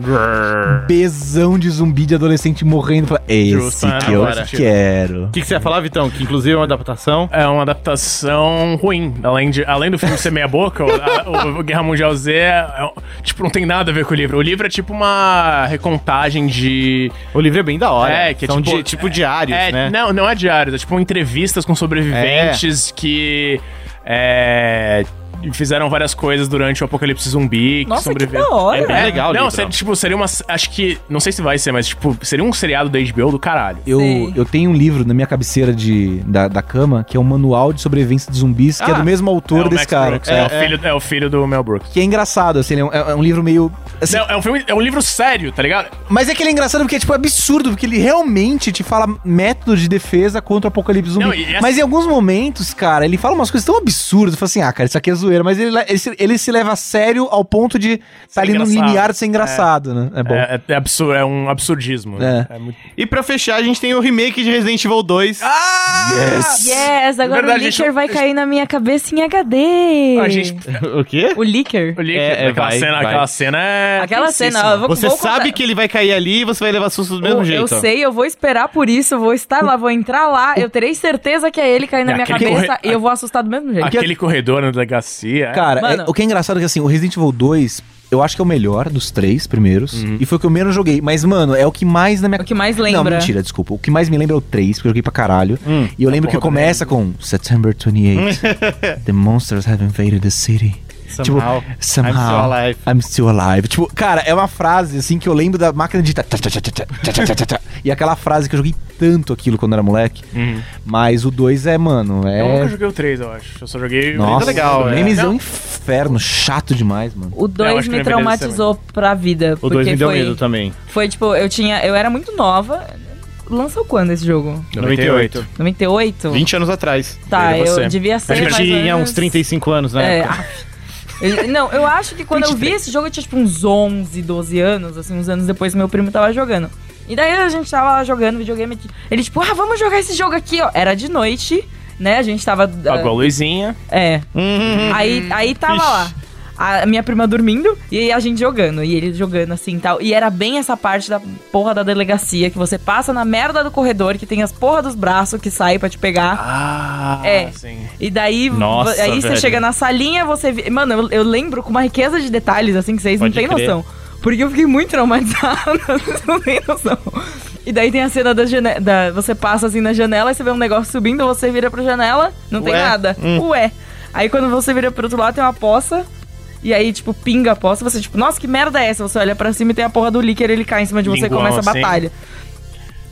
S4: bezão de zumbi de adolescente morrendo. Fala, esse
S2: Justo, né?
S4: que eu
S1: Agora.
S4: quero.
S1: O que, que você ia falar, Vitão? Que inclusive é uma adaptação.
S2: É uma adaptação ruim. Além, de, além do filme ser meia boca, o, a- o Guerra Mundial Z é- tipo, não tem nada a ver com o livro. O livro é tipo uma recontagem de.
S1: O livro é bem da hora.
S2: É, que é
S1: São
S2: tipo-
S1: di- tipo diários,
S2: é,
S1: né?
S2: Não, não é diários, é tipo entrevistas com sobreviventes que. é, fizeram várias coisas durante o apocalipse zumbi. que
S3: Nossa, que
S2: sobreviveram.
S3: da hora.
S2: É bem
S1: É legal
S2: legal,
S1: o
S2: Não,
S1: livro.
S2: seria, tipo, seria uma. Acho que. Não sei se vai ser, mas, tipo, seria um seriado da HBO do caralho.
S4: Eu,
S3: Sei.
S4: eu tenho um livro na minha cabeceira de, da, da cama, que é um manual de sobrevivência de zumbis, que é
S1: Ah,
S4: do mesmo autor
S2: é o
S4: desse
S2: Max
S4: cara.
S2: Brooks,
S4: É,
S2: é, o filho, é o filho do Mel Brooks.
S4: Que é engraçado, assim, ele é um, é um livro meio. assim,
S2: Não, é um filme, é um livro sério, tá ligado?
S4: Mas é que ele é engraçado porque é tipo absurdo, porque ele realmente te fala métodos de defesa contra o apocalipse zumbi.
S2: Não, e essa-
S4: Mas em alguns momentos, cara, ele fala umas coisas tão absurdas, fala assim, ah, cara, isso aqui é zoeira, mas ele, ele, ele se leva a sério ao ponto de tá ali no
S2: engraçado.
S4: limiar de ser engraçado, né? É bom.
S2: É, é, absur- é um absurdismo. né? É muito-
S1: E pra fechar, a gente tem o remake de Resident Evil 2.
S3: Ah! Yes, agora
S2: Verdade,
S3: o
S2: a gente
S3: leaker
S2: não-
S3: vai cair na minha cabeça em HD.
S2: A gente.
S1: o quê?
S3: O leaker?
S2: Eu li
S1: É,
S2: aqui,
S1: é,
S2: aquela,
S1: vai,
S2: cena,
S1: vai.
S2: aquela cena *laughs* é.
S3: Aquela
S2: tensíssima.
S3: cena, Ah, eu vou,
S1: Você
S3: vou
S1: sabe
S3: contar-
S1: que ele vai cair ali e você vai levar susto do mesmo
S3: eu,
S1: jeito.
S3: Eu sei, eu vou esperar por isso, eu vou estar lá, vou entrar lá, eu terei certeza que é ele caindo na
S2: É,
S3: minha
S2: aquele
S3: cabeça
S2: corre-
S3: e eu vou assustar do mesmo jeito.
S2: Aquele corredor na delegacia. é-
S4: Cara,
S3: Mano.
S4: é- o que é engraçado é que assim, o Resident Evil 2, eu acho que é o melhor dos três primeiros.
S1: Uhum.
S4: E foi o que eu menos joguei. Mas, mano, é o que mais na minha.
S3: O que mais
S4: Não,
S3: lembra.
S4: mentira, desculpa. O que mais me lembra é o 3, porque eu joguei pra caralho.
S1: Hum.
S4: e eu lembro que
S2: porra
S4: começa com September
S1: *laughs*
S4: 28. the monsters have invaded the city.
S1: Somehow,
S4: tipo, somehow,
S1: I'm still alive.
S4: I'm still alive. Tipo, cara, é uma frase assim que eu lembro da máquina de. tá- tá- tá- tá- tá- tá- tá- tá- tá- tá. *laughs* E aquela frase que eu joguei tanto aquilo quando era moleque.
S2: Uhum.
S4: Mas o 2 é, mano,
S2: Eu
S1: um
S2: nunca
S4: é.
S2: joguei o 3, eu acho. Eu só joguei o
S4: Nossa,
S2: 3
S1: legal,
S4: o
S1: é.
S4: memes é
S2: Não.
S4: um inferno, chato demais, mano.
S3: O
S2: Eu
S3: 2
S2: acho que é
S3: me
S2: eu lembrei desse
S3: traumatizou pra vida.
S1: O
S3: porque
S1: 2 me deu
S3: foi,
S1: medo tá? também.
S3: Foi tipo, eu tinha. Eu era muito nova. Lançou quando esse jogo?
S1: 98.
S3: 98?
S1: 20 anos atrás.
S3: Tá,
S2: Veja você.
S3: eu devia
S1: A
S3: ser.
S1: gente
S3: mais ou
S1: tinha
S3: menos-
S1: uns 35 anos na
S3: É,
S1: época.
S3: ah, *laughs* eu- não, eu acho que quando eu vi esse jogo, eu tinha tipo uns 11, 12 anos, assim, uns anos depois meu primo tava jogando. E daí a gente tava lá jogando videogame. Ele tipo, ah, vamos jogar esse jogo aqui, ó. Era de noite, né? A gente tava.
S2: Apagou a luzinha.
S3: É.
S1: Tá Uhum.
S3: Aí, aí tava
S1: Ixi.
S3: lá. A minha prima dormindo e a gente jogando. E ele jogando assim e tal. E era bem essa parte da porra da delegacia que você passa na merda do corredor, que tem as porra dos braços que saem pra te pegar.
S2: Ah,
S3: É.
S2: sim.
S3: E daí,
S1: Nossa,
S3: v- aí você
S1: velho.
S3: chega na salinha, você vê. Mano, eu, eu lembro com uma riqueza de detalhes assim que vocês
S1: Pode
S3: não têm
S1: crer.
S3: noção. Porque eu fiquei muito traumatizada, *laughs* vocês não têm noção. E daí tem a cena da janela. Da, você passa assim na janela, e você vê um negócio subindo, você vira pra janela, não tem
S1: Ué,
S3: nada.
S1: hum.
S3: Ué. Aí quando você vira pro outro lado, tem uma poça. E aí, tipo, pinga a poça, você, tipo, nossa, que merda é essa? Você olha pra cima e tem a porra do líquido, ele cai em cima de você e
S2: Linguão,
S3: começa a
S2: assim.
S3: batalha.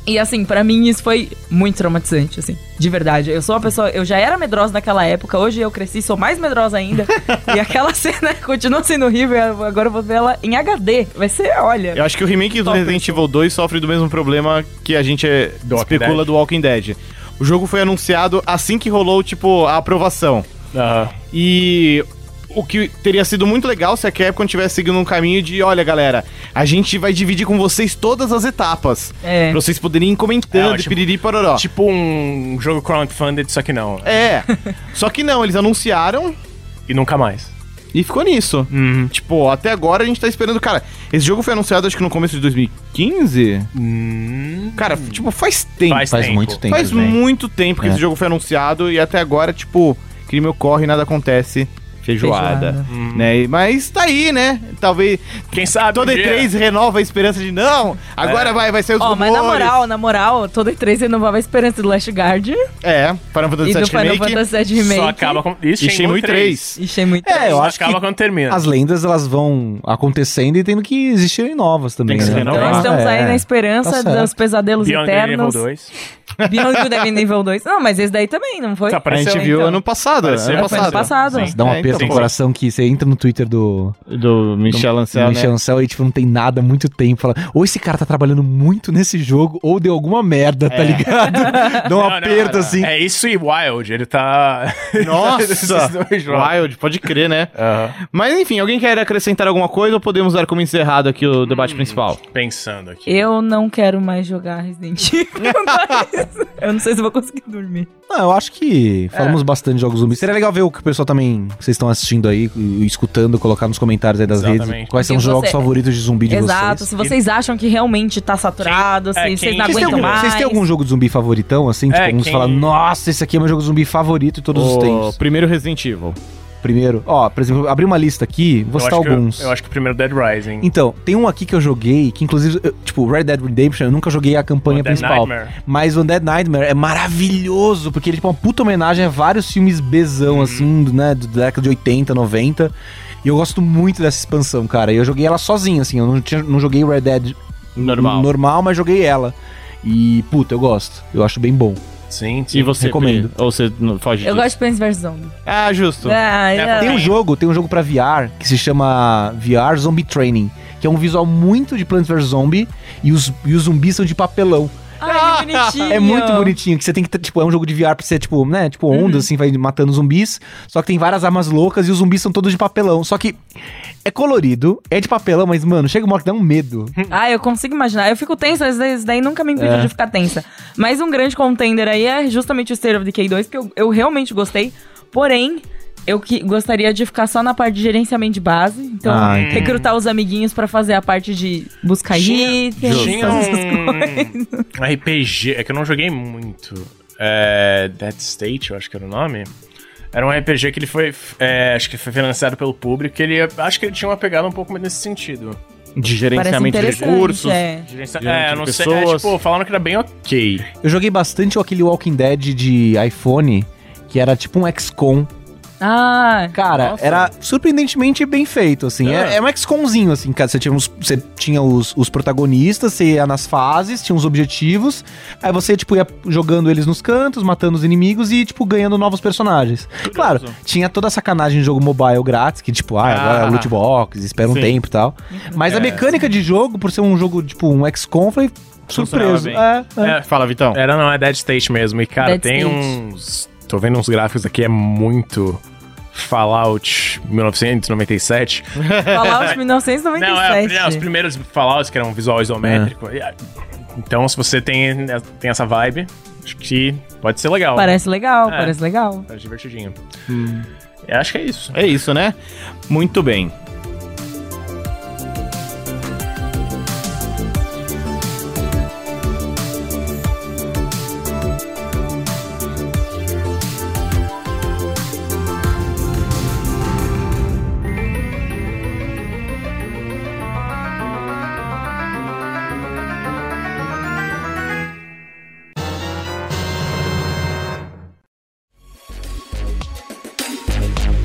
S3: E assim, pra mim isso foi muito traumatizante, assim. De verdade. Eu sou uma pessoa. Eu já era medrosa naquela época, hoje eu cresci, sou mais medrosa ainda. e aquela *laughs* cena continua sendo horrível, eu- agora eu vou ver ela em HD. Vai ser, olha.
S1: Eu acho que o remake do
S3: Top,
S1: Resident Evil 2 sofre do mesmo problema que a gente eh,
S2: Do Walking
S1: especula
S2: Dead.
S1: do Walking Dead. O jogo foi anunciado assim que rolou, tipo, a aprovação.
S2: Aham.
S1: E o que teria sido muito legal se a Capcom tivesse seguido um caminho de, olha, galera, a gente vai dividir com vocês todas as etapas.
S3: É.
S1: Pra vocês poderem ir comentando,
S2: É, tipo-
S1: piriri pororó.
S2: Tipo um jogo crowdfunded, só que não.
S1: É. Só que não, eles anunciaram
S2: E nunca mais.
S1: e ficou nisso.
S2: Uhum.
S1: Tipo, até agora a gente tá esperando, cara. Esse jogo foi anunciado acho que no começo de 2015.
S2: hum.
S1: Cara, tipo, faz tempo.
S2: Faz
S1: Faz,
S4: Faz
S2: tempo. né?
S4: muito tempo. velho.
S1: muito tempo que
S4: É.
S1: esse jogo foi anunciado e até agora, tipo, crime ocorre, nada acontece. Feijoada.
S3: Feijoada.
S2: Hum.
S1: Né? E- Mas tá aí, né? Talvez.
S2: Quem sabe?
S1: Toda
S2: um dia-
S1: E3 renova a esperança de não, agora
S2: É.
S1: vai, vai sair os
S3: Ó, mas
S1: rumores.
S3: na moral, na moral, toda E3 renovava a esperança do Last Guard
S1: É, Final Fantasy
S3: e do
S1: VII
S3: Final
S1: Remake
S3: Fantasy VII Remake.
S2: Só acaba com. Isso,
S1: e Shenmue 3.
S3: Ixi, é muito.
S4: um É, eu
S2: Só
S4: acho
S2: acaba
S4: que
S2: quando termina.
S4: as lendas elas vão acontecendo e tendo que existirem novas também.
S1: Tem que
S4: né?
S1: ser
S3: Então
S1: Não,
S3: nós estamos
S4: é.
S3: aí na
S4: Tá
S3: esperança
S4: certo.
S3: dos pesadelos
S2: Beyond Good and Evil
S3: internos.
S2: 2.
S3: Beyond Good and Evil 2. Não, mas esse daí também, não foi?
S2: Tá,
S1: A gente
S2: Apareceu,
S1: viu
S3: então.
S1: ano passado.
S2: Apareceu,
S1: ano
S2: apareceu.
S1: passado.
S3: Passado.
S4: Nossa, dá um
S1: É,
S4: aperto
S1: então.
S4: no coração que você entra no Twitter do,
S1: Do Michel Ancel,
S4: do
S1: né?
S4: Michel Ancel e tipo, não tem nada há muito tempo. Fala, ou esse cara tá trabalhando muito nesse jogo, ou deu alguma merda,
S1: É.
S4: tá
S1: *laughs*
S4: ligado? Dá um
S2: Não, não,
S4: aperto
S2: não, não.
S4: assim.
S2: É isso e Wild, ele tá. *laughs*
S1: *laughs*
S2: Esses
S1: Nossa!
S2: dois jogos.
S1: Wild, pode crer, né?
S2: Aham.
S1: Mas enfim, alguém quer acrescentar alguma coisa ou podemos dar como encerrado aqui o debate principal?
S2: Pensando aqui.
S3: Eu não quero mais jogar Resident *laughs* Evil, mas eu não sei se eu vou conseguir dormir.
S4: Não, eu acho que
S2: É.
S4: falamos bastante de jogos zumbis. Seria legal ver o que o pessoal também, que vocês estão assistindo aí, e escutando, colocar nos comentários aí das redes
S2: Exatamente.
S4: quais são
S3: E
S4: os jogos
S3: você-
S4: favoritos de zumbi de
S3: Exato,
S4: vocês.
S3: se vocês acham que realmente tá saturado, se
S2: Quem- é,
S3: vocês
S2: quem-
S3: não
S4: Vocês têm,
S3: aguentam
S4: algum,
S3: mais.
S4: vocês têm algum jogo de zumbi favoritão, assim?
S2: É,
S4: tipo, uns
S2: quem-
S4: falam, nossa, esse aqui é meu jogo zumbi favorito de todos os
S1: O
S4: tempos.
S1: primeiro Resident Evil.
S4: Primeiro, ó, por exemplo, eu abri uma lista aqui,
S2: Eu
S4: vou
S2: acho
S4: citar
S2: que eu-
S4: alguns.
S2: Eu, acho que o primeiro é Dead Rising.
S4: Então, tem um aqui que eu joguei, que inclusive, eu- tipo, Red Dead Redemption, eu nunca joguei a campanha
S2: O Dead
S4: principal.
S2: Nightmare.
S4: Mas o Dead Nightmare é maravilhoso, porque ele é tipo, uma puta homenagem a vários filmes bezão, assim, do, né, do- da década de 80, 90. E eu gosto muito dessa expansão, cara. E eu joguei ela sozinha, assim, eu não, tinha, não joguei Red Dead
S1: Normal.
S4: normal, mas joguei ela. E, puta, eu gosto. Eu acho bem bom.
S2: Sim, sim.
S1: E você,
S4: recomendo.
S1: Pri? Ou você não foge
S3: Eu
S1: disso?
S3: gosto de Plants vs Zombies.
S1: Ah, justo.
S3: Ah,
S2: É,
S4: Tem um jogo, tem um jogo pra VR que se chama VR Zombie Training, que é um visual muito de Plants vs Zombie e os, e os zumbis são de papelão.
S3: Ah, bonitinho.
S4: É muito bonitinho, que você tem que, tipo, é um jogo de VR pra você, tipo, né, tipo onda, assim, vai matando zumbis, só que tem várias armas loucas e os zumbis são todos de papelão, só que é colorido, é de papelão, mas, mano, chega uma hora que dá um medo.
S3: Ah, eu consigo imaginar. Eu fico tensa, às vezes daí nunca me
S1: É.
S3: impediu de ficar tensa. Mas um grande contender aí é justamente o State of Decay 2, que eu, eu realmente gostei. Porém, eu que gostaria de ficar só na parte de gerenciamento de base. Então,
S4: Ah, entendi.
S3: recrutar os amiguinhos pra fazer a parte de buscar
S2: Tinha-
S3: itens,
S2: Tinha
S3: fazer essas
S2: um RPG, é que eu não joguei muito. É, Dead State, eu acho que era o nome. Era um RPG que ele foi. é, acho que foi financiado pelo público. que Ele, acho que ele tinha uma pegada um pouco mais nesse sentido.
S1: De
S3: Parece
S1: gerenciamento de
S3: interessante,
S1: recursos.
S3: é.
S2: Gerencia-
S1: Gerente
S2: É,
S1: de
S2: não sei. É,
S1: pessoas.
S2: tipo, falaram que era bem ok.
S4: Eu joguei bastante aquele Walking Dead de iPhone, que era tipo um XCOM.
S3: Ah,
S4: Cara,
S1: Nossa.
S4: era surpreendentemente bem feito, assim.
S2: Ah.
S4: É, é um XCOMzinho, assim, cara. Você tinha, uns, você tinha os, os protagonistas, você ia nas fases, tinha uns objetivos. Aí você, tipo, ia jogando eles nos cantos, matando os inimigos e, tipo, ganhando novos personagens. Claro, tinha toda a sacanagem de jogo mobile grátis, que, tipo, ah, agora
S1: Ah.
S4: é loot box, espera um
S1: Sim. Uhum.
S4: tempo e tal. Mas a
S2: É,
S4: mecânica de jogo, por ser um jogo, tipo, um XCOM, foi
S1: Funcionava
S4: surpreso.
S1: bem.
S4: É, é.
S1: É, Fala, Vitão.
S2: Era, não, é Dead State mesmo. E, cara,
S3: Dead
S2: tem
S3: State.
S2: uns. Tô vendo uns gráficos aqui, é muito Fallout 1997.
S3: Fallout
S2: Não, é, é, os
S3: 1997.
S2: primeiros Fallouts que eram visual isométrico. E, ah, Então, se você tem, tem essa vibe, acho que pode ser legal.
S3: Parece legal,
S2: É.
S3: parece legal.
S2: Parece divertidinho.
S4: Hum.
S2: Eu acho que é isso.
S1: É isso, né? Muito bem.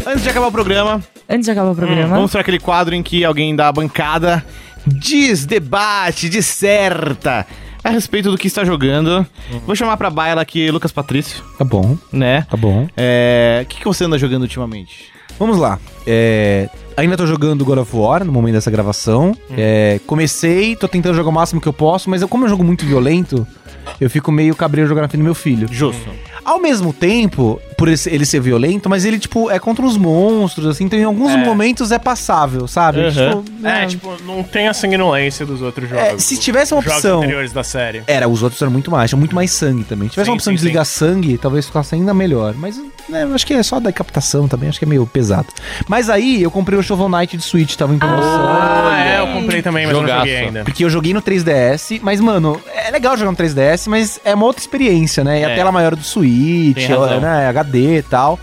S1: Antes de acabar o programa,
S3: Antes de acabar o programa.
S1: Vamos para aquele quadro em que alguém da bancada diz, debate, disserta a respeito do que está jogando. Vou chamar pra baila aqui Lucas Patrício,
S4: Tá bom,
S1: né?
S4: tá bom.
S1: É, O que, que você anda jogando ultimamente?
S4: Vamos lá. É, ainda tô jogando God of War no momento dessa gravação. É, comecei, tô tentando jogar o máximo que eu posso, mas eu, como é um jogo muito violento, eu fico meio cabreiro jogando na frente do meu filho.
S1: Justo.
S4: Ao mesmo tempo, por esse- ele ser violento, mas ele, tipo, é contra os monstros, assim, então em alguns
S2: É.
S4: momentos é passável, sabe?
S1: Uhum.
S4: Tipo,
S2: É,
S4: né?
S2: tipo, não tem a sanguinolência dos outros jogos.
S4: É, se tivesse uma
S2: Jogos
S4: opção.
S2: anteriores da série.
S4: Era, os outros eram muito mais, tinha muito mais sangue também. Se tivesse
S2: Sim,
S4: uma opção
S2: sim,
S4: de desligar sangue, talvez ficasse ainda melhor. Mas né, eu acho que é só decapitação também, acho que é meio pesado. Mas aí eu comprei o Shovel Knight de Switch, tava em promoção.
S2: Ah, é, eu comprei também, mas eu não
S1: Jogaço.
S2: joguei ainda.
S4: Porque eu joguei no 3DS, mas, mano, é legal jogar no 3DS, mas é uma outra experiência, né? E
S1: É.
S4: a tela maior do Switch,
S1: Tem razão.
S4: né? HD e tal.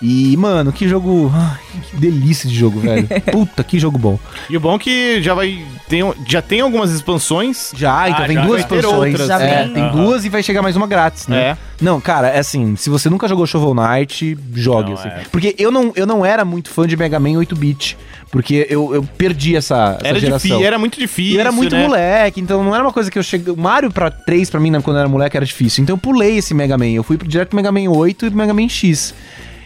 S4: E, mano, que jogo. ai, que delícia de
S2: *laughs*
S4: jogo, velho. Puta, que jogo bom.
S1: E o bom é que já vai. Tem, já tem algumas expansões.
S4: Já, então
S2: Ah,
S4: vem
S2: já
S4: duas
S2: vai ter
S4: expansões.
S1: outras,
S4: é,
S3: né?
S4: tem
S2: Aham.
S4: duas e vai chegar mais uma grátis, né?
S1: né?
S4: Não, cara, é assim, se você nunca jogou Shovel Knight, jogue,
S2: Não,
S4: assim.
S2: é.
S4: Porque eu não, eu não era muito fã de Mega Man 8-bit, porque eu, eu perdi essa, essa
S1: Era,
S4: geração.
S1: difícil, era muito difícil.
S4: E eu era muito
S1: né?
S4: moleque, então não era uma coisa que eu cheguei. Mario pra 3 pra mim, né, quando eu era moleque, era difícil. Então eu pulei esse Mega Man. Eu fui pro- direto pro Mega Man 8 e pro Mega Man X.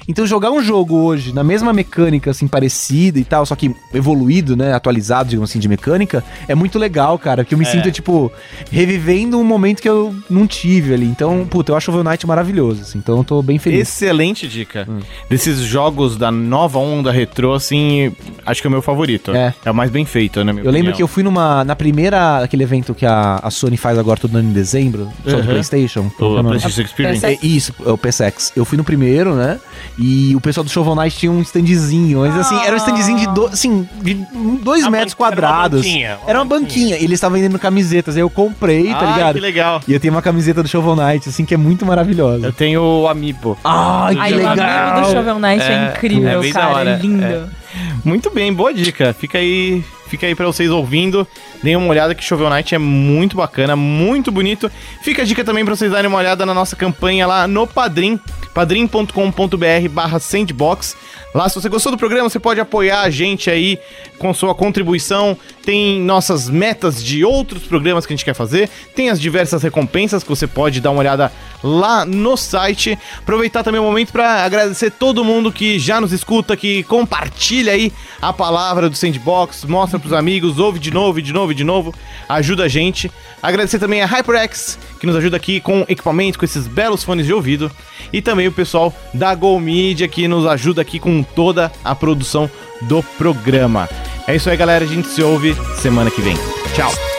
S4: Então jogar um jogo hoje, na mesma mecânica, assim, parecida e tal, só que evoluído, né? Atualizado, digamos assim, de mecânica, é muito legal, cara. Porque eu me
S1: É.
S4: sinto, tipo, revivendo um momento que eu não tive ali. Então, puta, eu acho o Shovel Knight maravilhoso, assim. Então eu tô bem
S1: é
S4: feliz.
S1: Excelente dica.
S4: Hum.
S1: Desses jogos da nova onda retrô, assim, acho que é o meu favorito.
S4: É.
S1: o mais bem feito, né?
S4: Eu lembro que eu fui numa. Na primeira. Aquele evento que a, a Sony faz agora todo ano em dezembro. Só do
S1: Uhum.
S4: PlayStation.
S1: O
S4: Como é o nome?
S1: PlayStation Experience.
S4: É, isso, é o PSX. Eu fui no primeiro, né? E o pessoal do Shovel Knight tinha um standzinho. Mas assim, era um standzinho de, do, assim, de dois
S2: Uma
S4: metros
S2: ban- era uma
S4: quadrados.
S2: banquinha, uma
S4: Era uma
S2: banquinha.
S4: banquinha. E eles estavam vendendo camisetas. Aí eu comprei, tá
S1: Ah,
S4: ligado?
S1: que legal.
S4: E eu tenho uma camiseta do Shovel Knight, assim, que é muito maravilhosa.
S1: Eu tenho o Amiibo.
S4: Ai,
S1: Ai,
S4: que
S3: Aí o amigo
S4: legal.
S3: do Shovel Knight é,
S1: É, é
S3: incrível,
S1: bem da
S3: cara.
S1: hora,
S3: É lindo.
S1: é. Muito bem, boa dica. Fica aí, fica aí para vocês ouvindo. Deem uma olhada que Shovel Knight é muito bacana, muito bonito. Fica a dica também para vocês darem uma olhada na nossa campanha lá no Padrim, padrim.com.br barra sandbox. Lá, se você gostou do programa, você pode apoiar a gente aí com sua contribuição. Tem nossas metas de outros programas que a gente quer fazer. Tem as diversas recompensas que você pode dar uma olhada lá no site. Aproveitar também o momento para agradecer todo mundo que já nos escuta, que compartilha compartilha aí a palavra do Sandbox, mostra pros amigos, ouve de novo, de novo, de novo, ajuda a gente. Agradecer também a HyperX, que nos ajuda aqui com equipamento, com esses belos fones de ouvido, e também o pessoal da Go Media, que nos ajuda aqui com toda a produção do programa. É isso aí, galera, a gente se ouve semana que vem. Tchau!